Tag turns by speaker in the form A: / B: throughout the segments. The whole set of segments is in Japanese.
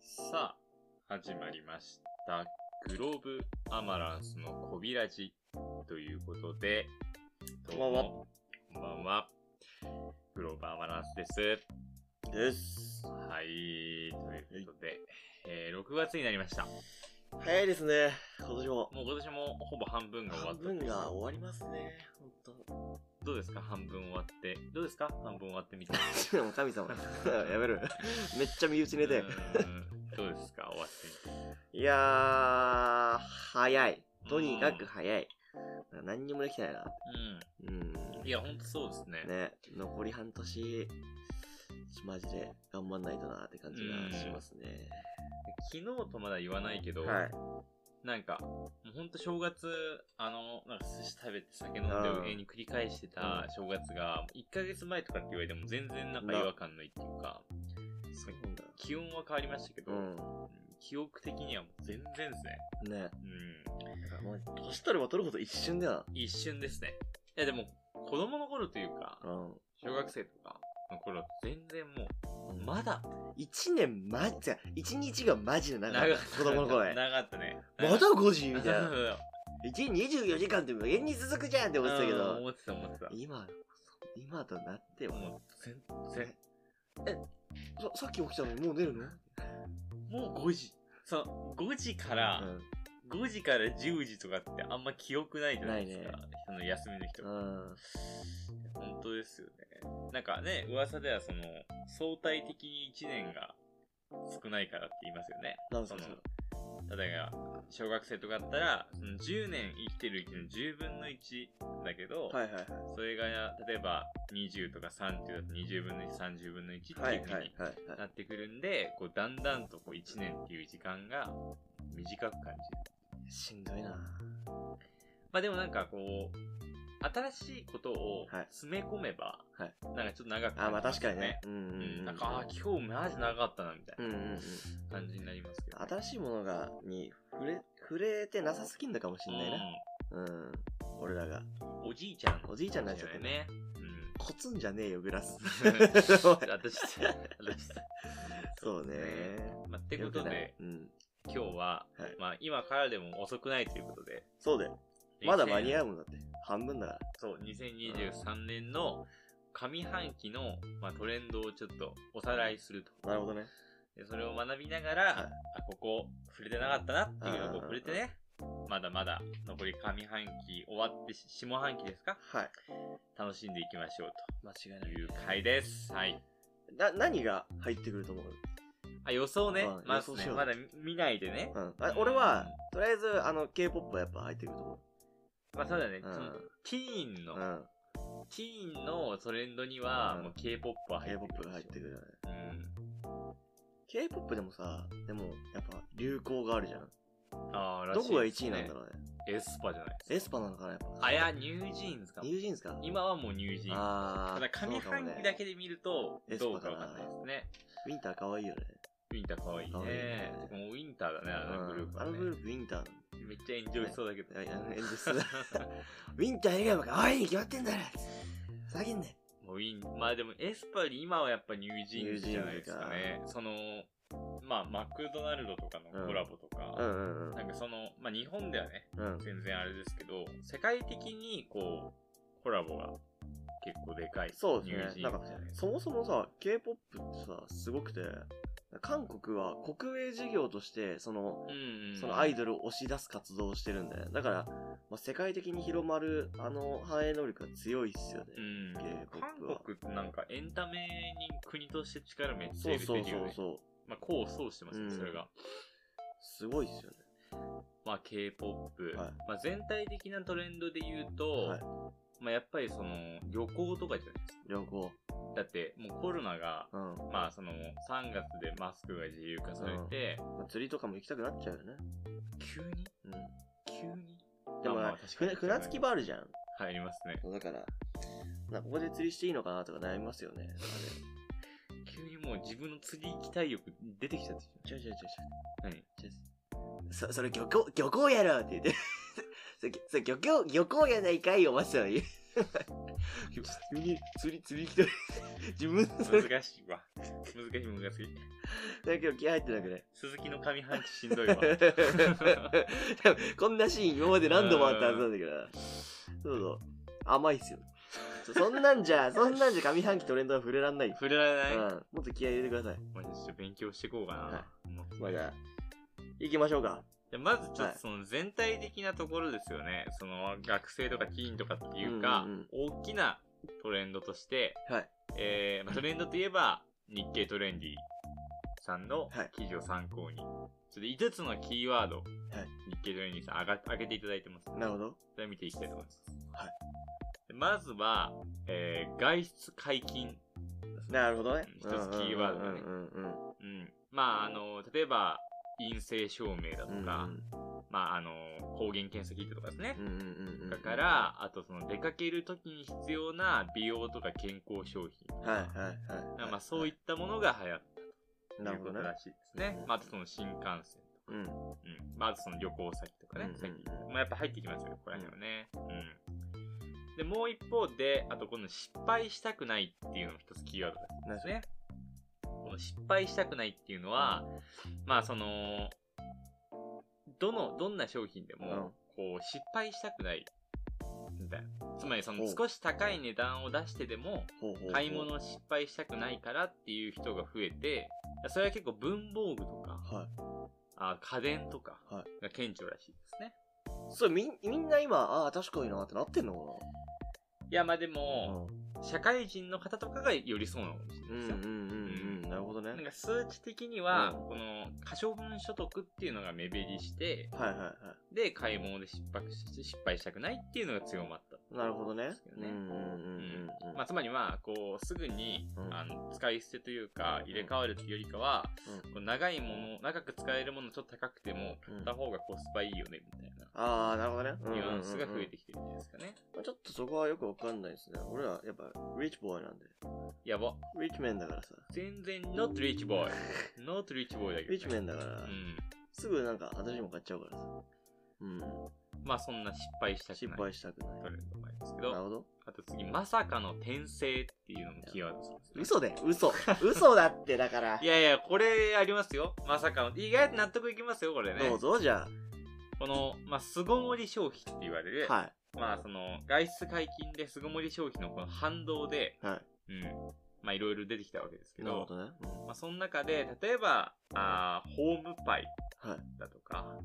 A: さあ、始まりました。グローブアマランスのコビラジということで、どうも。こんばんは。グローブアマランスです。
B: です。
A: はい、ということで、えー、6月になりました。も
B: 早いですね、今年も。
A: う今年もほぼ半分が終わ
B: 半
A: ったん
B: 分
A: です。
B: が終わりますね、ほんと。
A: どうですか半分終わって。どうですか半分終わって みて。
B: もう神様。やめろよ。めっちゃ身内寝て
A: う。ーんどうですか終わってみて。
B: いやー、早い。とにかく早い。何にもできてないな。うん。
A: うん。いや、ほんとそうですね。
B: ね、残り半年、マジで頑張んないとなって感じがしますね。
A: 昨日とまだ言わないけど、
B: はい。
A: なんか、もうほんと正月、あの、なんか寿司食べて酒飲んで
B: うん
A: 永遠に繰り返してた正月が、1ヶ月前とかって言われても全然なんか違和感ないっていうか、
B: そうなんだ。
A: 気温は変わりましたけど、
B: う
A: 記憶的にはもう全然ですね。
B: ん。ね。
A: う
B: だからもう、年取れば取るほど一瞬だ
A: ん。
B: よ
A: 一瞬ですね。いやでも、子供の頃というか、
B: な。うん。
A: 小学生とかの頃、全然もう、まだ、
B: 一年マジ、違う一日がマジで 長い。
A: かった
B: 子供の頃 ね。
A: 長かったね。
B: まだ5時
A: み
B: みたいな。
A: な。
B: 一日24時間って無限に続くじゃんって思ってたけ
A: うん
B: ど、
A: 思ってた思ってた。
B: 今、今となっては、
A: もう全然、
B: ささっき起きたのにもう寝るの
A: もう5時。そう、5時から、5時から10時とかってあんま記憶ないじゃないですか。
B: な
A: その休みの人
B: う。ん。うん。
A: 本当ですよね。なんかね、噂ではその、相対的に1年が少ないからって言いますよね。
B: なんすか
A: そ
B: そ
A: の
B: れ。
A: 例えば、小学生とかだったら、その10年生きてるうちの10分の1だけど、
B: はいはいはい。
A: それが、例えば20とか30だと20分の1、30分の1っていう
B: はい
A: ふうに、
B: はいはいはい。
A: なってくるんで、こうだんだんとこう1年っていう時間が短く感じる。
B: しんどいな
A: まあでもなんかこう、新しいことを
B: はい
A: 詰め込めば、
B: はい
A: なんかちょっと長く感じすね、
B: あ、まあ確かにね。う
A: うん。
B: うんうんん。
A: なんか、あー今日マジ長かったな、みたい
B: うんうんうん。
A: な感じになりますけど。
B: 新しいものが、に触れ、触れてなさすぎんだかもしんないな。うん。俺らが。
A: うんおじいちゃん。
B: おじいちゃんになっちゃった
A: ね。
B: コツんじゃねえよ、グ ラス。
A: うん。私、私。
B: そうね。
A: まあ、ってこと
B: よくない
A: で、
B: うん。
A: 今日は、
B: はい
A: まあ今からでも遅くないということで、
B: そうだよ。まだ間に合うもんだって。半分だから。
A: そう、2023年の上半期の、まあ、トレンドをちょっとおさらいすると。
B: なるほどね。
A: でそれを学びながら、
B: はい
A: あ、ここ触れてなかったなっていうの
B: あ
A: を
B: ー
A: 触れてね、まだまだ残り上半期終わってし下半期ですか
B: はい。
A: 楽しんでいきましょう
B: 間違い
A: という回です。はい。
B: な、何が入ってくると思う
A: あ、予想ね
B: うん。
A: ま
B: 予
A: ず
B: 想
A: ね
B: しよう
A: まだ見ないでね
B: う。ん。あ俺は、とりあえず、あの、K-POP はやっぱ入ってくると思う。
A: まあそうだね。
B: ん
A: そのティーンの、
B: うん。
A: ティーンのトレンドには、
B: うん
A: もう K-POP は入ってく
B: K-POP
A: る
B: が
A: で
B: 入っ
A: して
B: くるよね。
A: ょ。うん。
B: K-POP でもさ、でも、やっぱ、流行があるじゃん。
A: ああ、
B: どこが1位なんだ
A: う。
B: ろうね。
A: エスパじゃないですか
B: エスパなのかな、やっぱ。
A: あ、いや、ニュージーンズか。
B: ニュージーンズか。
A: 今はもうニュージーンズ。
B: あ
A: ただ
B: ー。
A: 上
B: そうかも
A: 半
B: ね
A: 期だけで見ると、
B: エス
A: どう
B: パ
A: か
B: か
A: わ
B: な
A: かんないですね。
B: ウィンター可愛いよね。
A: ウィンター可愛い
B: 可愛い
A: ね
B: ね。
A: てかもうウィンターだね、
B: う
A: あのグルー
B: ん
A: プは
B: あの
A: ね
B: グループ、ウィンター
A: めっちゃエンジョイしそうだけど。
B: の。いや、いやエンジェ ルスウィンター以外も可愛いに決まってんだろふざけんね。
A: もうウィン、まあでもエスパより今はやっぱニュージーンズじゃないですか
B: ニュージ
A: ね。その、まあマクドナルドとかのコラボと
B: う
A: か、
B: んうんうん
A: なんかその、まあ日本ではね、。
B: うん。
A: 全然あれですけど、世界的にこう、コラボが結構でかい。
B: そうですね
A: ニュージーンズじゃないですか。
B: そもそもさ、K-POP ってさ、すごくて、韓国は国営事業として、その、
A: うんうん
B: そのアイドルを押し出す活動をしてるんだよね。だから、まあ、世界的に広まる、あの、反映能力が強いっすよね。
A: うん、
B: K-POP は
A: 韓国ってなんかエンタメに国として力めっちゃ
B: そう
A: 入れてる
B: そ
A: よ
B: う
A: ね。
B: そうそう。
A: まあ、こうそうしてますね、
B: うん
A: それが。
B: すごいっすよね。
A: まあ、K-POP。
B: はい
A: まあ、全体的なトレンドで言うと、
B: はい
A: まあ、やっぱりその、旅行とかじゃないです
B: 旅行。
A: か。だって、もうコロナが、
B: うん。ま
A: まあ、その、3月でマスクが自由化されて、
B: あ釣りとかも行きたくなっちゃうよね。
A: 急に
B: うん。
A: 急に
B: でも、
A: まあまあ
B: まあ、
A: 確かに
B: 船船着き場あるじゃん。
A: 入りますね。
B: だから、なここで釣りしていいのかなとか悩みますよね。あ
A: 急にもう自分の釣り行きたい欲出てきちゃってる
B: れ。違う違う違う違う。
A: 何
B: そ、それ漁港、漁港やろって言って。それ、それ漁港、漁港やないかいよ、まさに。急に釣り、釣り行きたい。自分のそれ、
A: 難しい わ。難しい難しい。
B: だけど気合入ってなくね。
A: 鈴木の上半期しんどい わ。
B: こんなシーン今まで何度もあったはずなんだけどな。そうそう。甘いっすよ。そそんなんじゃ、そんなんじゃ上半期トレンドは触れらんないよ。
A: 触れられ
B: う
A: ない、
B: ん。もっと気合入れてください。
A: まあ、ちょっと勉強していこうかな。
B: は
A: もう
B: まあじゃあ、行きましょうか。
A: でまずちょ
B: は
A: っ
B: い
A: とその全体的なところですよね。その学生とかティーンとかっていうか、
B: うんうん
A: 大きなトレンドとして、
B: はい
A: えーまあ、トレンドといえば日経トレンディさんの
B: はい
A: 記事を参考に、それで5つのキーワード、日経トレンディさん上が上げていただいてます。
B: なるほど。
A: それを見ていきたいと思います。
B: はい
A: でまずは、えー外出解禁。
B: なるほどね。
A: 一つキーワードがね
B: うんうんうんうん
A: うん、まあ、あの、例えば、陰性証明だと
B: うん。
A: か、まあ、あの、抗原検査キットとかですね。
B: うんうんうんうん。
A: だか、ら、あとその出かけるときに必要な美容とか健康商品とか、
B: はいはいはい。
A: まあそうい
B: っ
A: ったものが流行った
B: た
A: ということらしいですね。
B: うん
A: まあ、あとその新幹線とか、
B: うん。
A: うんまあ、あとその旅行先とかね、
B: うんうんうん
A: 最近まあ、やっぱ入ってきますよね、ここら辺はね。うん。で、もう一方で、あとこの失敗したくないっていうのも一つキーワードだ
B: なる
A: ですね。この失敗したくないっていうのは、まあその、どの、どんな商品でも、こう、失敗したくない。みたいな。つまりその
B: ほう
A: 少し高い値段を出してでも、
B: ほうほうほう
A: 買い物を失敗したくないからっていう人が増えて、それは結構文房具とか、
B: は
A: あ家電とか
B: は
A: が顕著らしいですね。
B: そうみんみんな今ああ確かになってなってんのか
A: いや、まあで
B: な
A: も、社会人の方とかがよりそうなのかもしれない
B: うん
A: で
B: う
A: す
B: んう
A: よ。
B: んうんうんなるほどね
A: なんか数値的には、
B: うん
A: この可処分所得っていうのが目減りして、
B: はいはいは
A: で、買い物で失敗し失敗したくないっていうのが強まった。
B: いなるほどね
A: ですけど
B: うん
A: ね
B: うんうんうんうん
A: まあ、つまりまあ、こう、すぐに、
B: うん
A: あの使い捨てというか、入れ替わるというよりかは、
B: う
A: こう長いもの、長く使えるものちょっと高くても、
B: うん
A: 買った方がコスパいいよね、みたいな。
B: ああなるほどねうんうん
A: ニ
B: うん
A: ュ
B: う
A: ア
B: ん
A: ンスが増えてきてるんじゃないですかね。
B: まあちょっとそこはよくわかんないですね俺らやっぱリッチボーイなんで
A: やば。
B: リッチメンだからさ
A: 全然、not rich boy。not rich boy だけど、ね。
B: リッチメンだから
A: うん。
B: すぐなんか私も買っちゃうからさうん
A: まあ、そんな失敗したく
B: 失
A: ない。
B: 敗したくない
A: トレンドもありますけど
B: なる。ほど
A: あと次、まさかの転生っていうのもキーワードです、
B: 嘘で嘘嘘だってだから
A: いやいや、これありますよ。まさかの。意外と納得いきますよ、これね。
B: どうぞじゃ
A: この、まあ、巣ごもり消費って言われる、
B: あはい
A: まあ、その、外出解禁で巣ごもり消費のこの反動で、
B: は
A: うん。まあ、いろいろ出てきたわけですけ
B: いなる
A: ど
B: ほ、どねうん
A: まあ、その中で、例えば、あーホームパイ
B: はい
A: だとか、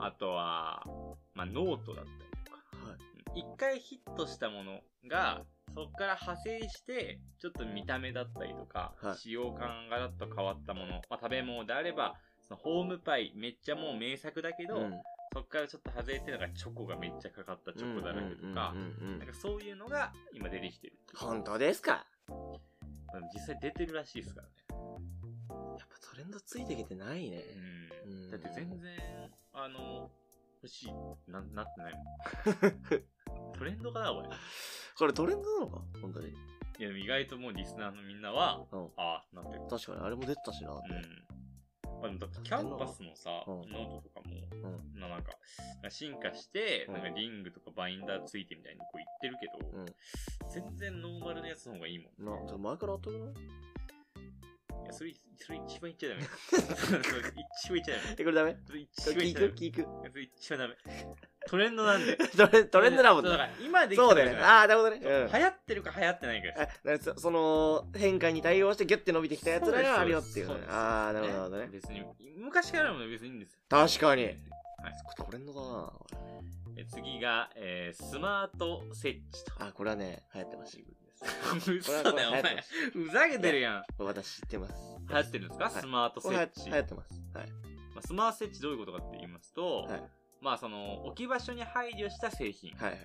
A: あとは、まあ、ノートだったりとか、
B: はい
A: 一回ヒットしたものが、そこから派生して、ちょっと見た目だったりとか、
B: はい
A: 使用感がガラッと変わったもの、まあ、食べ物であれば、そのホームパイ、めっちゃもう名作だけど、
B: うん
A: そこからちょっと外れてるのがチョコがめっちゃかかったチョコだらけとか
B: う、んうんうんうん
A: なんかそういうのが今出てきてる。
B: 本当ですか
A: でも実際出てるらしいですからね。
B: やっぱトレンドついてきてないね。
A: う
B: うん
A: ん。だって全然、あの、欲しい、な、なってない もん。トレンドかな、これ。
B: これトレンドなのか本当に。
A: いや、でも意外ともうリスナーのみんなは、
B: うん
A: ああ、なってる。
B: 確かにあれも出てたしなって。
A: うん。まあ、でもだってキャンパスのさ、
B: うん
A: ノートとかも、
B: う
A: ななんか、進化して、
B: うん
A: なんかリングとかバインダーついてみたいにこう言ってるけど、
B: うん
A: 全然ノーマルのやつの方がいいもん。
B: な、じゃあ前からあったくない
A: いや、それ、それ一番言っちゃダ メ。それ一番言っちゃダメ。
B: え、これダメ
A: それ一番言
B: 聞
A: っちゃダメ
B: く。聞く。
A: それ一番ダメ。トレンドなんで。
B: トレ トレンドだもん
A: そうだ
B: ね。
A: から今でき
B: そう
A: て
B: だ
A: る
B: よ
A: じ
B: ね。
A: ゃない
B: ああ、なるほどね。うん。
A: 流行ってるか流行ってないかです。
B: あなるほどその変化に対応してギュッて伸びてきたやつらがあるよっていうね
A: そ。です
B: ああ、なるほどなるほどね。
A: 別に、昔からの別にいいんですよ。
B: 確かに。
A: はい
B: トレンドだな。
A: え次が、えースマート設置と。
B: あ、これはね、流行ってます。これ
A: 嘘
B: はこ
A: だ
B: れ
A: よ、お
B: 流行って
A: 前
B: ま。す。
A: ふざけてるやん。
B: これ私知ってます。
A: 流行ってるんですか、
B: い
A: スマート
B: こ
A: 設
B: れ流
A: 置。
B: 行流行ってます。はい。
A: まあ、スマート設置どういうことかって言いますと、
B: はい
A: まあその置き場所に配慮した製品、
B: はいはい。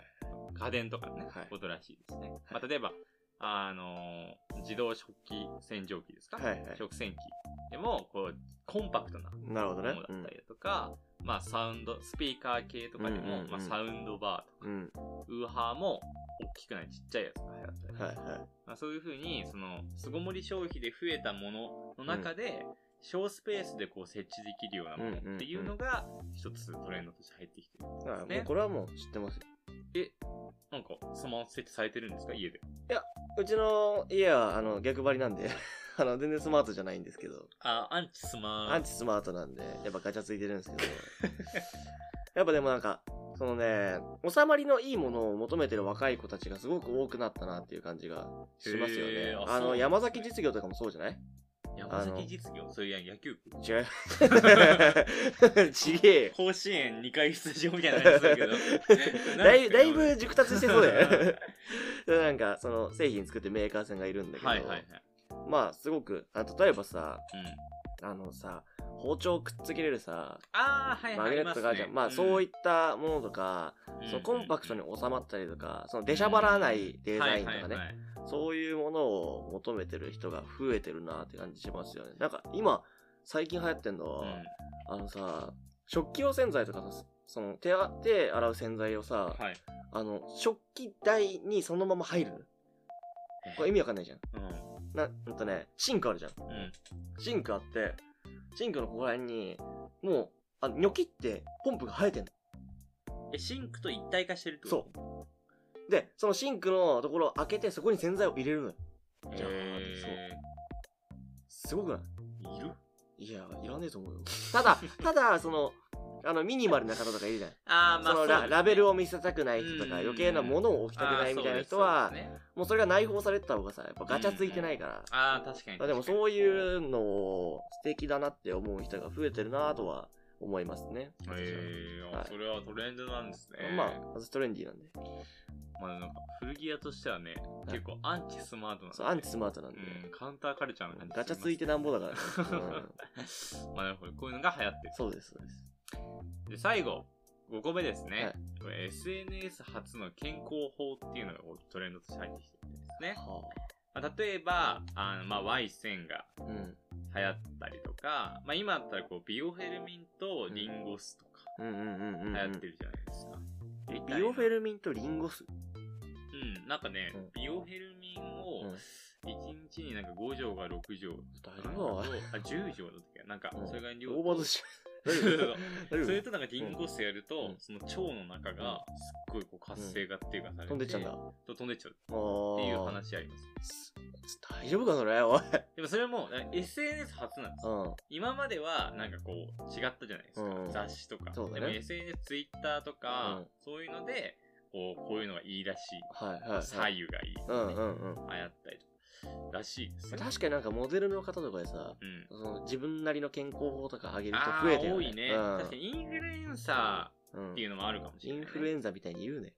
A: 家電とかね、
B: はい
A: ことらしいですね。まあ、例えば、あのー自動食器洗浄機ですか、
B: はいはい
A: 食洗機でもこうコンパクトな
B: なるほ
A: も
B: ど
A: のだ
B: ね
A: っ。たりだとか、まあサウンド、スピーカー系とかでも、
B: うんうんうん
A: まあ、サウンドバーとか、
B: うん。
A: ウーハーも大きくないちっちゃいやつが流行ったりと
B: は
A: か
B: いはい。
A: まあ、そういうふうにその巣ごもり消費で増えたものの中で、小スペースでこう設置できるようなものっていうのが一つトレンドとして入ってきてるんです
B: あも
A: ね
B: うこれはもう知ってますよ。
A: え、なんか、そのまま設置されてるんですか家で。
B: うちの家は、あの、逆張りなんで、 あの、全然スマートじゃないんですけど、
A: あ、アンチスマ
B: アンチスマートなんで、やっぱガチャついてるんですけど、 やっぱでもなんか、そのね、収まりのいいものを求めてる若い子たちがすごく多くなったなっていう感じがしますよ
A: へ
B: ね
A: ー。あ
B: あ
A: そう
B: の、山崎実業とかもそうじゃない
A: 山崎実業そういう野球部。
B: 違 う。ちげえよ。。
A: 甲子園2回出場みたいなやつだけど
B: だいだいぶ熟達してそうだよ ね。なんか、その、製品作ってるメーカーさんがいるんだけど、
A: はいはいはい。
B: まあ、すごく、あ例えばさ、
A: うん、
B: あのさ、包丁くっつけれるさ、
A: ああ、はいはい。
B: マグネットがあるじゃん。まあ、そういったものとか、
A: うん
B: そのコンパクトに収まったりとか、その出
A: 出
B: しゃばらないデザインとかね、
A: はい
B: そういうものを求めてる人が増えてるなって感じしますよね。なんか、今、最近流行ってんのは、
A: はい
B: あのさ、食器用洗剤とかさ、その手あ手洗う洗剤をさ、
A: うんはい
B: あの、食器台にそのまま入るこれ意味わかんないじゃん。
A: うん
B: な、うんとね、シンクあるじゃん。
A: うん
B: シンクあって、シンクのここら辺に、もう、あニョキってポンプが生えてんの。
A: えシンクと一体化してるってこ
B: そ
A: と
B: う。で、そのシンクのところを開けて、そこに洗剤を入れるのよ。
A: へー
B: じゃあすごくない
A: る
B: いいや、いらねえと思うよ。た だ、ただ、その、あの、ミニマルな方とかいるじゃん。
A: あーまあ
B: そのララベル
A: を
B: を見せたくない人とか、
A: うん
B: 余計なものを置きたくないみたいな人は、もうそれが内包されてた方がさ、やっぱガチャついてないから。
A: あー確かに
B: まあでも
A: 確かに
B: そういうのを素敵だなって思う人が増えてるなとは思いますね。私は
A: へーあ
B: はい
A: それはトレンドなんですね
B: まあ、私トレンディーなんで。
A: まあなんか古着屋としてはね結構アンチスマートな
B: そう、アンチスマートなんで。
A: うんカウンターカルチャーな感じ
B: ガチャついてなんぼだから、うん
A: まあなるほどこういうのが流行ってる
B: そうです、そうです。
A: で最後5個目ですね、
B: はい
A: これ SNS 初の健康法っていうのがトレンドとして入ってきてるんです ね、
B: は
A: まあ、例えばあの、まあ、Y 線が
B: あ、うん。
A: 流行ったりとか、まあ、今だったらこうビオフェルミンとリンゴ酢とか
B: うんうんうんうんうん。
A: 流行ってるじゃないですか、
B: ビオフ
A: ル
B: ェルミンとリンゴ酢。
A: うんなんかね、
B: うん
A: ビオフェルミン
B: う
A: を
B: ん
A: 1日になんか5錠が6錠
B: 大
A: あ
B: 丈夫だ
A: 10錠だったっけなんか
B: うん
A: それぐらいの量
B: オーバードーし。大
A: そうそう
B: 丈夫大丈
A: それ
B: 夫
A: となんかリンゴ酢やると、
B: うん
A: その腸の中がすっごいこう活性化っていうかされて、
B: 飛んでっちゃうんだ。あ
A: と飛んでっちゃう
B: あー。
A: っていう話あります。
B: す。大丈夫か、それおい。
A: でもそれもえ SNS 初なんです
B: う
A: よ。
B: ん。
A: 今まではなんかこう違ったじゃないですか。
B: うん
A: 雑誌とか。
B: そうだね
A: でも SNS、Twitter と
B: う
A: か
B: ん、
A: そういうので、こうこういうのがいいらしい。
B: はいはいは
A: 左
B: い。
A: 右がいい。
B: うんうんうん。
A: 流行ったりとか。らしいですね。
B: 確かになんかモデルの方とかでさ、
A: うん。
B: その自分なりの健康法とか上げる人
A: あ
B: 増え
A: あ
B: て
A: ー、
B: るよ
A: 多
B: ね。
A: いね。
B: うん
A: 確かにインフルエンサ
B: うん
A: ーっていうのもあるかもしれ
B: イ
A: ない、
B: ン
A: ね。
B: フルエンザみたいに言うね。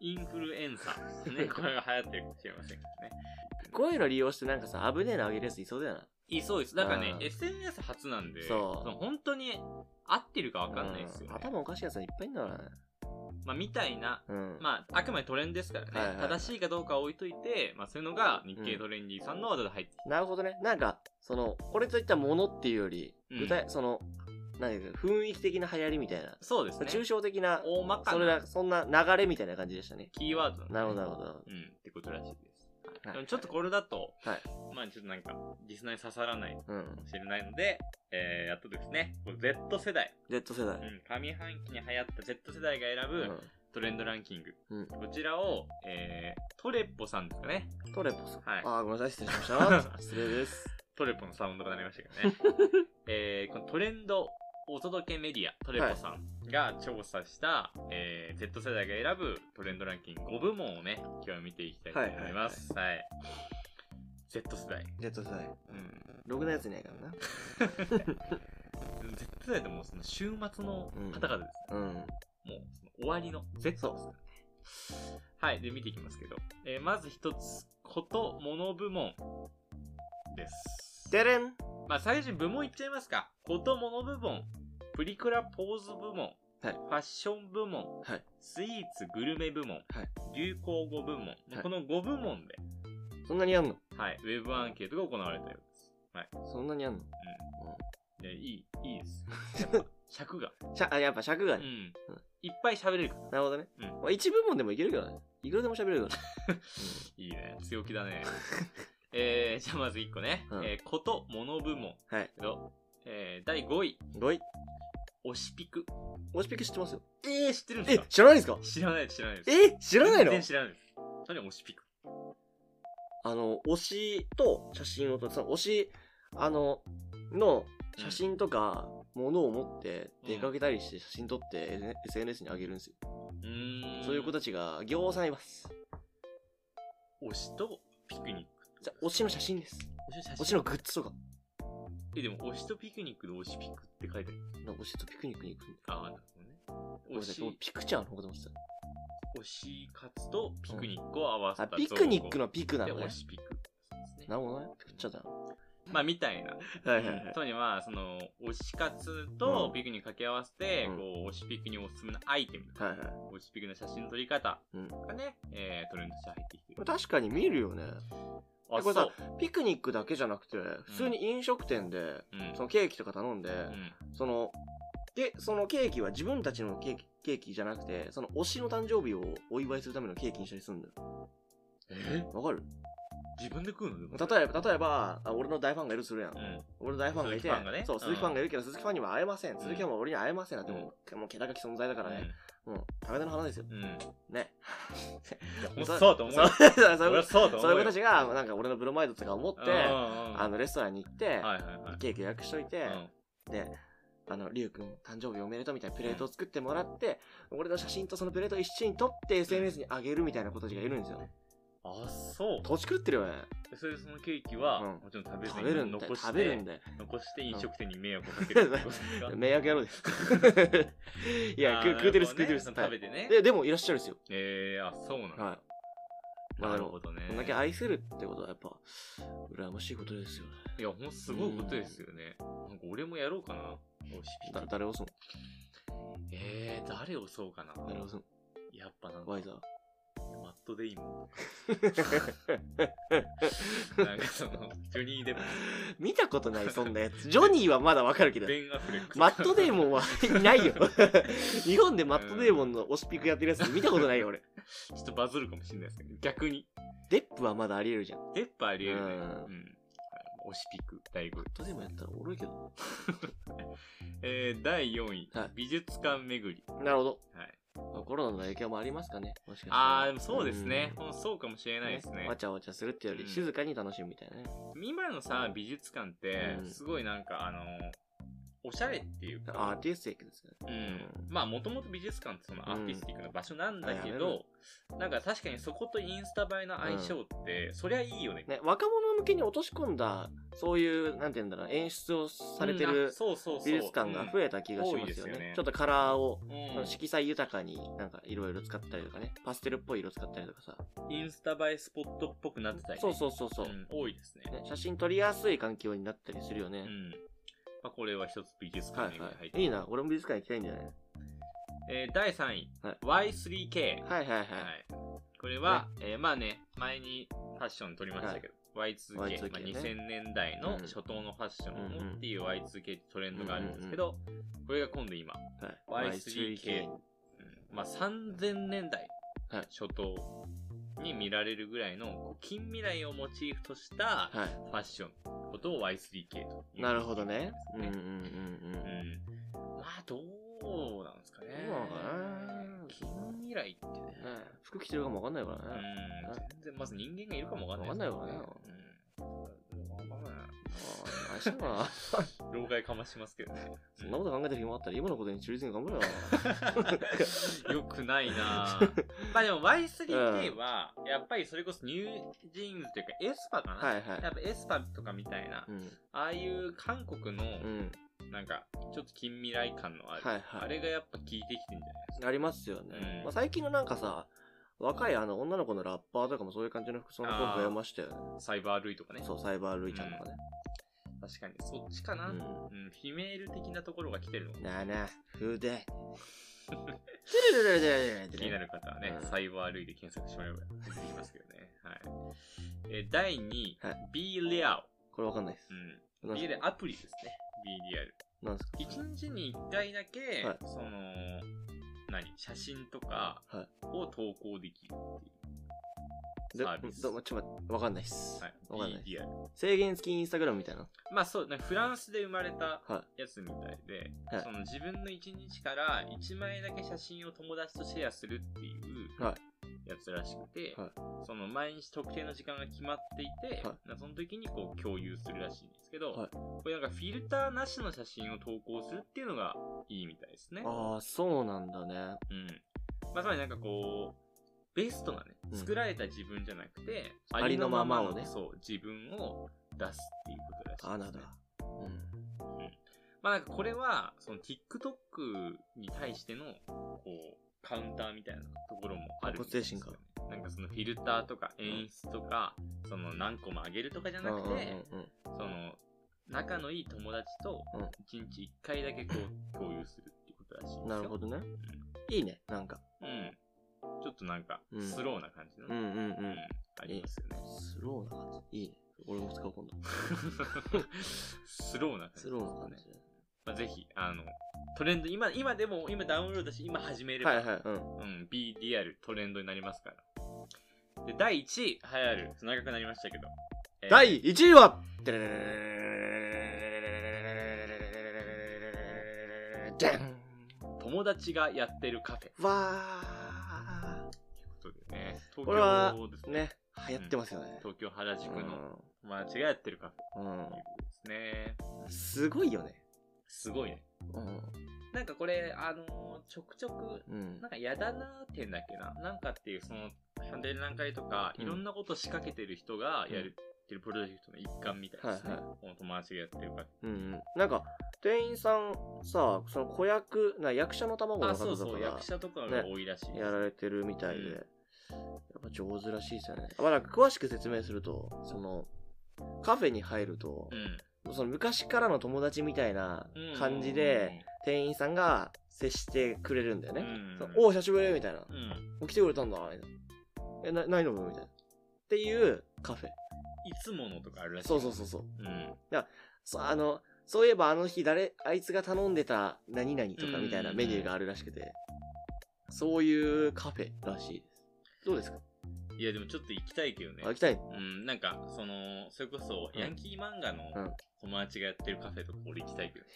A: インフルエンサー ですね。これが流行ってるかもしれませんけどね。
B: こういうの利用してなんかさ、危ねえのあげるやついそうだよな。
A: いそうです。だからね
B: う、ん
A: SNS 初なんで、
B: そう
A: の本当に合ってるか分かんないですよ、
B: うん
A: ね
B: 頭おかしいやついっぱいいんだからな。
A: まあ、みたいな、
B: うん。
A: まあ、あくまでトレンドですからね、
B: はいはいはい
A: 正しいかどうかは置いといて、まあ、そういうのが日経トレンディさんの技で入ってき
B: なるほどね。なんか、その、これといったものっていうより、
A: うん
B: 具体、その、何だっけ雰囲気的な流行りみたいな。
A: そうですね。
B: 抽象的な、
A: 大まか
B: それ
A: な
B: だ、そんな流れみたいな感じでしたね。
A: キーワードんで
B: なるほど、なるほど。
A: うん、ってことらしいです。
B: はい
A: でもちょっとこれだと、
B: はい
A: まあ、ちょっとなんか、リスナーに刺さらないか
B: うん。
A: もしれないので、えー、やっとですね、こう Z 世代、
B: Z 世
A: う
B: 代。
A: ん、上半期に流行った Z 世代が選ぶ、
B: う
A: トレンドランキング、
B: うん
A: こちらを、えー、トレッポさんですかね
B: ん。トレポさん。
A: はい
B: ああ、ごめんなさい、失礼しました。 失礼です。
A: トレッポのサウンドが鳴りましたけ どね、えー、このトレンドお届けメディアトレッポさんが調査した、えー、Z 世代が選ぶトレンドランキング5部門をね今日見ていきたいと思いますはい Z 世代、
B: Z 世代。
A: うん、
B: ろくなやついないからな。
A: Z 世代ってもうその週末の方々です、
B: うん。
A: もうその終わりの Z ですからね。はい。で、見ていきますけど。えーまず一つ、こと、もの部門です。
B: でれん
A: まあ、最初に部門いっちゃいますか。こと、もの部門、プリクラポーズ部門、
B: はい
A: ファッション部門、
B: はい
A: スイーツグルメ部門、流行語部門、
B: はい
A: この5部門で、
B: そんなにやんの
A: はい、ウェブアンケートが行われたようです。
B: そんなにやんの
A: うん。でいい、いいです。や っぱ、尺が。
B: しゃあ、やっぱ尺が
A: う
B: ね。
A: ん。いっぱい喋れるから。
B: なるほどね。
A: うん
B: まあ一部門でもいけるけどね。いくらでも喋れるからね。
A: いいね。強気だ ね。えー、じゃあまず1個ね。
B: うん
A: えーこと、もの部門。
B: はい
A: けど。えー、第5位。
B: 5位。
A: 教推しピク。
B: 推しピク知ってますよ。
A: えー、知ってるんで
B: え
A: すか、
B: 知らないんですか
A: 知らないです、知らないです。
B: え知らない
A: 全
B: の
A: 然知らないです。何推しピク
B: あの、推しと写真を撮る。その推し、あの、の写真とか、ものを持って出かけたりして写真撮って SNS に上げるんですよ。
A: うーん。
B: そういう子たちがぎょうさんいます。
A: 推しとピクニック。
B: じゃあ推しの写真です。
A: 推しの写
B: 推し
A: 真
B: のグッズとか。
A: え、でも推しとピクニックの推しピクって書いてある。
B: なんか推しとピクニックに行くんだ。
A: ああ、なるほ
B: ご
A: どね。
B: めんな
A: 推
B: さい
A: し、
B: 僕ピクチャーの方と思ってた。
A: 推し活とピクニックを合わせ
B: あ
A: た、
B: ピクニックのピクな
A: で
B: のね
A: 推。しピク。そうですね
B: なるほどね。ピクチャーだ。は
A: まあ、みたいな。
B: いはいはい。
A: 特にまあ、その、推し活とピクに掛け合わせて、
B: うん
A: こう、推しピクにおすすめのアイテム、
B: はいはい。
A: 推しピクの写真の撮り方
B: うん
A: がね、えー、トレンドとして入ってきてる。
B: 確かに見るよね。
A: あ、
B: こ
A: そ
B: れさ
A: う。
B: ピクニックだけじゃなくて、普通に飲食店で、
A: うん。うん
B: そのケーキとか頼んで、その、で、そのケーキは自分たちのケーキケーキじゃなくて、その推しの誕生日をお祝いするためのケーキにしたりするんだよ。
A: え
B: わかる
A: 自分で食うの
B: 例えば、例えば、あ俺の大ファンがいるとするやん。
A: うん。
B: 俺の大ファンがいて、
A: 鈴木ファンがね
B: そう、鈴木ファンがいるけど、鈴木ファンには会えません。
A: ん
B: 鈴木ファンは俺には会えませんなんて、もう、もう、気高き存在だからね。もう、高田の花ですよ。
A: うん。うん。
B: ね。
A: もうそうと思う
B: そう
A: よ。
B: そうそう
A: そりゃそうと思
B: そう
A: う
B: い
A: よ。
B: う子たちが、なんか俺のブロマイドとかを持って、あ
A: あ
B: の、レストランに行って、
A: はいはいはい。
B: ケーキ予約しといて、で、あの、りゅうくん、誕生日おめでとうみたいなプレートを作ってもらって、俺の写真とそのプレートを一緒に撮って SNS に上げるみたいな子たちがいるんですよ。
A: うんあ、そう。
B: 土地狂ってるよね。
A: それでそのケーキは、
B: うん
A: もちろん食べず
B: 食べる
A: に
B: んだよ。
A: 残し
B: 食べるん
A: て、
B: だよ。
A: 残して飲食店に迷惑をかけるって ことですか
B: 迷惑野郎 です。いや、
A: あ
B: 食
A: ー
B: う食うてる
A: な
B: 食う
A: ほどね
B: てる
A: その
B: は
A: 食
B: い
A: べてね。
B: で、でもいらっしゃるんですよ。
A: えー、あ、そうなんだ。
B: はい。まあ
A: な
B: で
A: る
B: も
A: ほどね。
B: こんだけ愛せるってことはやっぱ、羨ましいことですよね。
A: いや、ほんとすごいことですよね。なんか俺もやろうかな。推しピ
B: だ
A: ク
B: 誰押すの
A: えー、誰をそうかな。
B: 誰押すの
A: やっぱなんか、
B: ワイザー。
A: マットデイモン。なんかその、ジョニー・ デッ
B: 見たことない、そんなやつ。ジョニーはまだわかるけ
A: プ、
B: ど。
A: ベン・アフレックとか。
B: マットデーモンはいな いよ。日本でマットデーモンの推しピクやってるやつ見たことないよ、俺。
A: ちょっとバズるかもしれないですけど、逆に。
B: デップはまだあり得るじゃん。マ
A: デップあり得るね。
B: う
A: うんん。推しピク、第5位
B: ッ。トデーモンやったらおもろいけど。
A: えー、第4位、
B: はい
A: 美術館巡り。
B: なるほど。
A: はい。
B: まあコロナの影響もありますかね。もしかしたら。
A: あー、でもそうですね。
B: うん
A: うんそうかもしれないですね
B: わ。ちゃわちゃするっていうより、
A: うん
B: 静かに楽しむみたいなね。
A: 今のさ、美術館って
B: う、ん
A: すごいなんか、あの、おしゃれっていうか、
B: アーティスティックですよね。
A: うん、まあもともと美術館ってそのアーティスティックな場所なんだけ
B: うん
A: ど、なんか確かにそことインスタ映えの相性って、そりゃいいよね。
B: ね、若者向けに落とし込んだ、そういう、なんて言うんだろう、演出をされて
A: うんあ
B: る
A: そうそうそう
B: 美術館が増えた気がし
A: うん多い
B: ま
A: です
B: よ
A: す
B: ね。
A: よね
B: ちょっとカラーを、
A: うん
B: その色彩豊かになんかいろいろ使ったりとかね、パステルっぽい色使ったりとかさ。
A: インスタ映えスポットっぽくなってたりね、
B: そうそうそうそう。
A: ん多いですね。
B: ね、写真撮りやすい環境になったりするよね
A: う。ん。まあこれは一つ美術
B: は
A: 館に
B: い
A: 入
B: は
A: って、
B: い。いいな、俺も美術館行きたいんだよね。
A: えー第3位、Y3K。
B: はいはいは
A: は
B: い。
A: いこれは、えーまあね、前にファッション撮りましたけど、Y2K、
B: Y2K
A: まあ、
B: ね
A: 2000年代
B: う
A: の
B: ん
A: 初頭のファッショ
B: う
A: ン
B: んう
A: をっ
B: ん
A: ていう Y2K ってトレンドがあるんですけど、これが今度今、
B: はい
A: Y3K うんまあ、3000年代
B: はい
A: 初頭に見られるぐらいのこう近未来をモチーフとしたフ
B: は
A: ァッションのことを Y3K と
B: い。なるほどね。う
A: うんん
B: う
A: うんん
B: うんうん。
A: まあどうなんですかね
B: どうなのかな
A: 近未来ってね
B: ね服着てるかもわかんないからね。
A: うん全然まず人間がいるかもわかんない
B: わかんないわね
A: うんわかんない
B: ああ、明日 は、
A: 老害かましますけどね
B: そんなこと考えてる暇あったら今のことに忠実に頑 張れよ。
A: よくない なぁまあでも Y3K はやっぱりそれこそニュージーンズというかエスパかな、
B: はいはい
A: やっぱエスパとかみたいな、
B: うん。
A: ああいう韓国の
B: うん。
A: なんかちょっと近未来感のある、
B: はいはい
A: あれがやっぱ効いてきてんじゃないですか
B: ありますよね
A: う。ん
B: まあ、最近のなんかさ、若いあの女の子のラッパーとかもそういう感じの服装の子増えましたよね。
A: サイバー類とかね
B: そう、サイバールイちゃんとかね。
A: 確かにそっちか
B: う
A: な、うん
B: ん。
A: フィメール的なところが来てるのかな
B: なあなあ、筆。てれれれれれれれ
A: 気になる方はね、
B: うん
A: サイバー類で検索してもらえば出てきますけどね、はいえー第2位、
B: はい
A: B レア
B: これわかんないです。
A: オ、うん、
B: なんす
A: B
B: か
A: レアアプリですね B リアル
B: なんですか
A: 一日に一回だけ、
B: はい
A: その何写真とか
B: はい
A: を投稿できるっていう、
B: ど
A: サービス
B: どちょっと待ってわかんないっす。わかん
A: はい
B: ない
A: BDI
B: 制限付きインスタグラムみたいな。
A: まあそうねフランスで生まれた
B: は
A: やつみたいで、
B: はい
A: その自分の1日から1枚だけ写真を友達とシェアするっていう
B: は
A: やつらしくて、
B: は
A: その毎日特定の時間が決まっていて、
B: は
A: なその時にこう共有するらしいんですけど、
B: はい
A: これなんかフィルターなしの写真を投稿するっていうのがいいみたいですね。
B: ああ、そうなんだね。
A: うん。まあ、つまりなんかこう、ベストなね
B: う、ん
A: 作られた自分じゃなくて、
B: ありのままをね
A: そう、自分を出すっていうことらしいです、ね。
B: ああ、なるほど。うん。
A: まあなんかこれは、その TikTok に対しての、こう、カウンターみたいなところもあるんですよ、ね
B: 固定。
A: なんかそのフィルターとか演出とか、その何個も上げるとかじゃなくて、
B: うんうんうん
A: その、仲のいい友達と
B: うん、
A: 1日1回だけこう、共有するっていうことらしいんです
B: う
A: よ。
B: ん。なるほどね。いいね、なんか。
A: うん。ちょっとなんか
B: う、ん
A: スローな感じの、
B: うんうんうん。
A: ありますよね。
B: スローな感じ。いいね。俺も使おう、今度。
A: スローな感じ、
B: スローな感じ。
A: まあ、ぜひ、あの、トレンド、今、今でも、今ダウンロードして、今始めれば、
B: はいはい。う
A: う
B: ん。
A: ん、BDR トレンドになりますから。で、第1位、流行る。長くなりましたけど。えー
B: 第1位はじゃん
A: 友達がやってるカフェ。
B: わ
A: ということでね、東
B: これは
A: 京です
B: ー。
A: ね。
B: ね、流行ってますよね。
A: 東京原宿の友達がやってるカフェ
B: うん。
A: ということですね。
B: うん。すごいよね。
A: すごいね。
B: うん。
A: なんかこれ、あのーちょくちょく、
B: うん
A: なん。かやだなー展だっけな。なんかっていう、その、ハンデル何回とか、
B: うん
A: いろんなこと仕掛けてる人がやる、ってるプロジェクトの一環みたいですね。
B: はい
A: この友達がやってるカフェ。
B: うんうん。なんか、店員さんさ、その子役、な役者の卵の
A: あ、
B: 方
A: そう
B: と
A: そう、
B: か
A: 役
B: が
A: 者とかが多いらしいです。
B: やられてるみたいで、
A: うん
B: やっぱ上手らしいですよね。まあなんか詳しく説明すると、その、カフェに入ると
A: う、ん。
B: その昔からの友達みたいな感じで、店員さんが接してくれるんだよ
A: うん
B: ね。
A: うん
B: そ
A: うん、
B: うおう、久しぶりみたいな。
A: うん、うん
B: お来てくれたんだ、みたいな。え、なないのみたいな。っていうカフェ。
A: いつものとかあるらしい。
B: そうそうそうそう。
A: うん。
B: そうあのそういえばあの日誰あいつが頼んでた何々とかみたいな
A: うん
B: メニューがあるらしくて、そういうカフェらしいですどうですか、
A: いや、でもちょっと行きたいけどね
B: あ。行きたい
A: うん、なんか、その、それこそ、
B: うん
A: ヤンキー漫画
B: うん
A: の友達がやってるカフェとか俺行きたいけどね。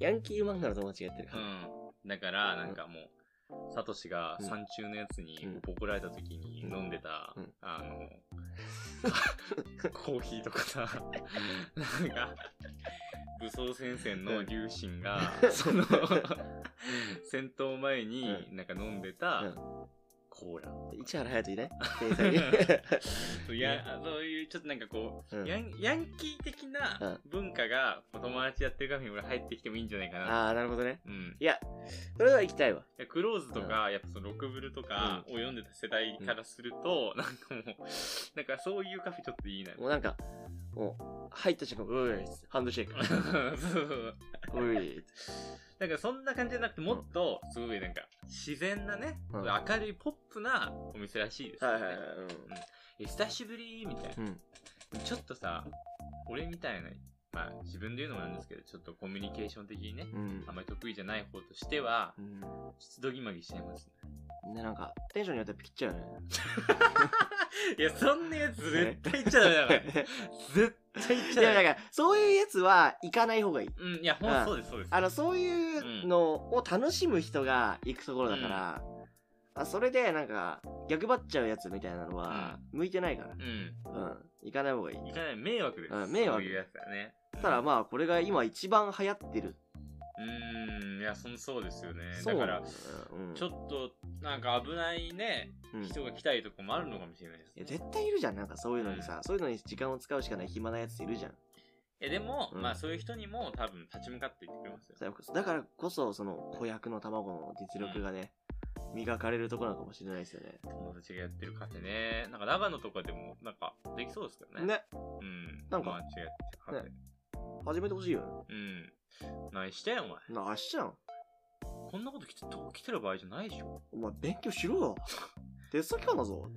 B: ヤンキー漫画の友達がやってるカ
A: う
B: フェ、
A: ん。だから、なんかもう、サトシが
B: うん
A: 山中のやつに
B: うん
A: 怒られた時に飲んでた、
B: うん
A: あの、 コーヒーとかさ、なんか、武装戦線の龍神が、その、戦闘前になんか飲んで
B: う
A: た
B: ん
A: コーラ。
B: 市原隼人 いない店員さんに
A: そうやそういう、ちょっとなんかこう、
B: うん
A: ヤンヤンキー的な文化が、友達やってるカフェに俺入ってきてもいいんじゃないかな。
B: ああなるほどね
A: うん。
B: いやそれは行きたいわ
A: いやクローズとか、やっぱそのロクブルとかを読んでた世代からすると、なんかもう、なんかそういうカフェちょっといいな。
B: もうなんかもう入った瞬間うーいハンドシェイク
A: そう
B: うーい
A: なんかそんな感じじゃなくて、もっと、すごいなんか、自然なね、
B: うん
A: 明るいポップなお店らしいですよ
B: は
A: ね。
B: いはいはい
A: え久しぶりみたい
B: うん、うん、
A: な。ちょっとさ、俺みたいな、まあ自分で言うのもなんですけど、ちょっとコミュニケーション的にね、
B: うん
A: あまり得意じゃない方としては、ちょっとどぎまぎしちゃいますね。
B: うんでなんかテンションによってピッチャーよね
A: いや、そんなやつ絶対行っちゃダメ だから。絶対行っちゃ
B: い
A: ダ
B: やだ
A: メ
B: からそういうやつは行かない方がいい
A: うん、いや、ほ
B: うんん
A: そうです、そうです。
B: あのそういうのを楽しむ人が行くところだから、あそれでなんか逆張っちゃうやつみたいなのは向いてないか
A: うん。
B: ら、うん行かない方がいい
A: 行かない、迷惑です。
B: うん迷惑
A: そういうやつだね。
B: ただまあこれが今一番流行ってる、
A: うーん、いや、そんそうですよね。
B: そう
A: だか
B: なん
A: ら
B: だよ、、うん、
A: ちょっと、なんか危ないね、
B: うん、い
A: 人が来たりとかもあるのかもしれないです、
B: や
A: ね。
B: 絶対いるじゃんなんかそういうのにさ、そういうのに時間を使うしかない暇なやついるじゃん
A: えでも、
B: うん
A: まあそういう人にも多分立ち向かっていってくれますよ。
B: だからこそその子役の卵の実力がね、磨かれるところなのかもしれないですよね
A: 友達がやってるカフェね。なんか長野とかでも、なんかできそうですけどね。
B: ね
A: うん。
B: なんか
A: 友達がやってるカフェ。
B: 始めてほしいよね
A: うん。何してんお前。
B: なあっしゃん
A: こんなこと来てと来てる場合じゃないでしょ。
B: お前勉強し ろよテスト期間だぞ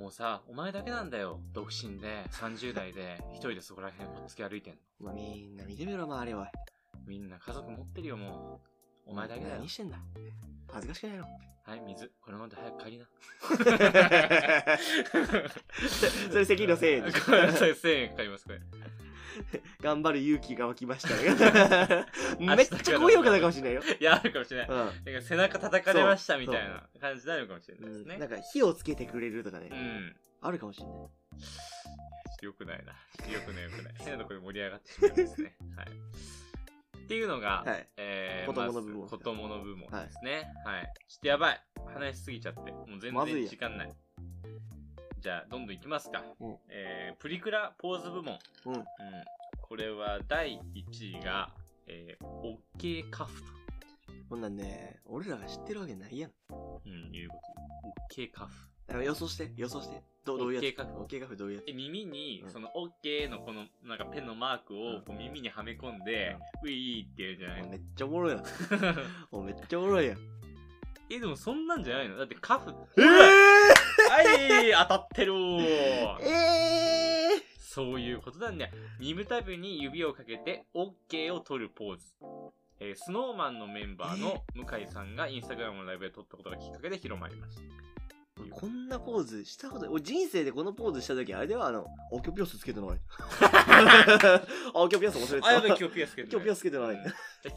A: もうさ、お前だけなんだよ。独身で、30代 で、一人でそこら辺を突き歩いてんの。
B: まあ、みんな見てみろ周りおい
A: みんな家族持ってるよ、もお前だけだよ
B: 何。してんだ恥ずかし くないの
A: はい、水。これ飲んで早く帰りな。
B: それ関のせいでしょ
A: これそれ1000円かかります、これ。
B: 頑張る勇気が湧きまし たねめっちゃ高評価だかもしれないよ、
A: いや、あるかもしれない。
B: うん
A: なんか背中叩かれましたみたいな感じになるかもしれな
B: う
A: いです
B: ん
A: ね。
B: なんか火をつけてくれるとかね、
A: うん。
B: あるかもしれない
A: よくないな。よくないよくない。変なところで盛り上がってしまいます ね。はい。っていうのが、
B: はい
A: えー、
B: 子供の部門
A: まず子供の部門ですね。はい。ちょっとやばい。話しすぎちゃって。もう全
B: まずい
A: 然
B: や
A: 時間ない。じゃあ、どんどんいきますか。
B: うん
A: えー、プリクラポーズ部門。
B: うん
A: これは第1位が、えー、オッケーカフと、
B: こんなんね俺らが知ってるわけないやん
A: うん、いうこと。オッケーカフ。
B: あの予想して予想してどどういうや
A: OK
B: つ
A: カフ
B: オッケーカフどういうやつ
A: で耳に
B: うん
A: その OK のこのなんかペンのマーク
B: う
A: を
B: ん
A: こう耳にはめ込んで、ウィーって言うじゃない
B: お
A: の
B: めっちゃおも ろいやんおめっちゃおもろいやん
A: えでもそんなんじゃないのだってカフ
B: え
A: はい当たって るー
B: ええ
A: そういうことだね耳たぶに指をかけて OK を取るポーズえー、スノーマンのメンバーの向井さんがインスタグラムのライブで撮ったことがきっかけで広まりました。
B: ーこんなポーズしたことない俺人生でこのポーズした時あれではあのオキョピオスつけ てないあオキョピオス面白いっす
A: あ、やべ、今日ピアスつけてない。
B: 今日ピアスつけてない
A: うん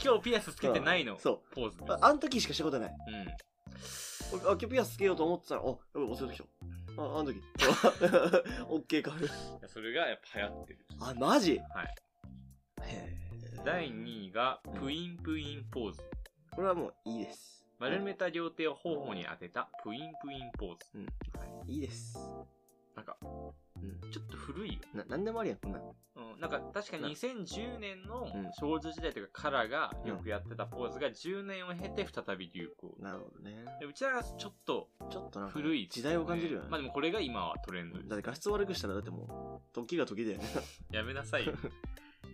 A: 今日ピアスつけてないの。
B: そう
A: ポーズです。
B: ああの時しかしたことない
A: うん。
B: 俺あ今日ピアスつけようと思ってたらあやべ忘れてきたああの時 オッケーカフ
A: いやそれがやっぱ流行ってる。
B: あマジ
A: はい。
B: へー
A: 第2位が、プインプインポーズ。
B: これはもういいです
A: 丸めた両手を頬に当てた、プインプインポーズ。
B: うん
A: はい
B: いいです
A: なんか、
B: うん
A: ちょっと古いよ。
B: な何でもありやんこんなん
A: うん、なんか、確か2010年の
B: うん
A: 少女時代とかカラーがよくやってたポーズが10年を経て再び流行。
B: なるほどね
A: でうちらがちょっと
B: ちょっとなんか
A: 古いっすね、
B: 時代を感じるよね
A: まあでもこれが今はトレンドです
B: だって画質悪くしたらだってもう時が時だよね
A: やめなさ いよ。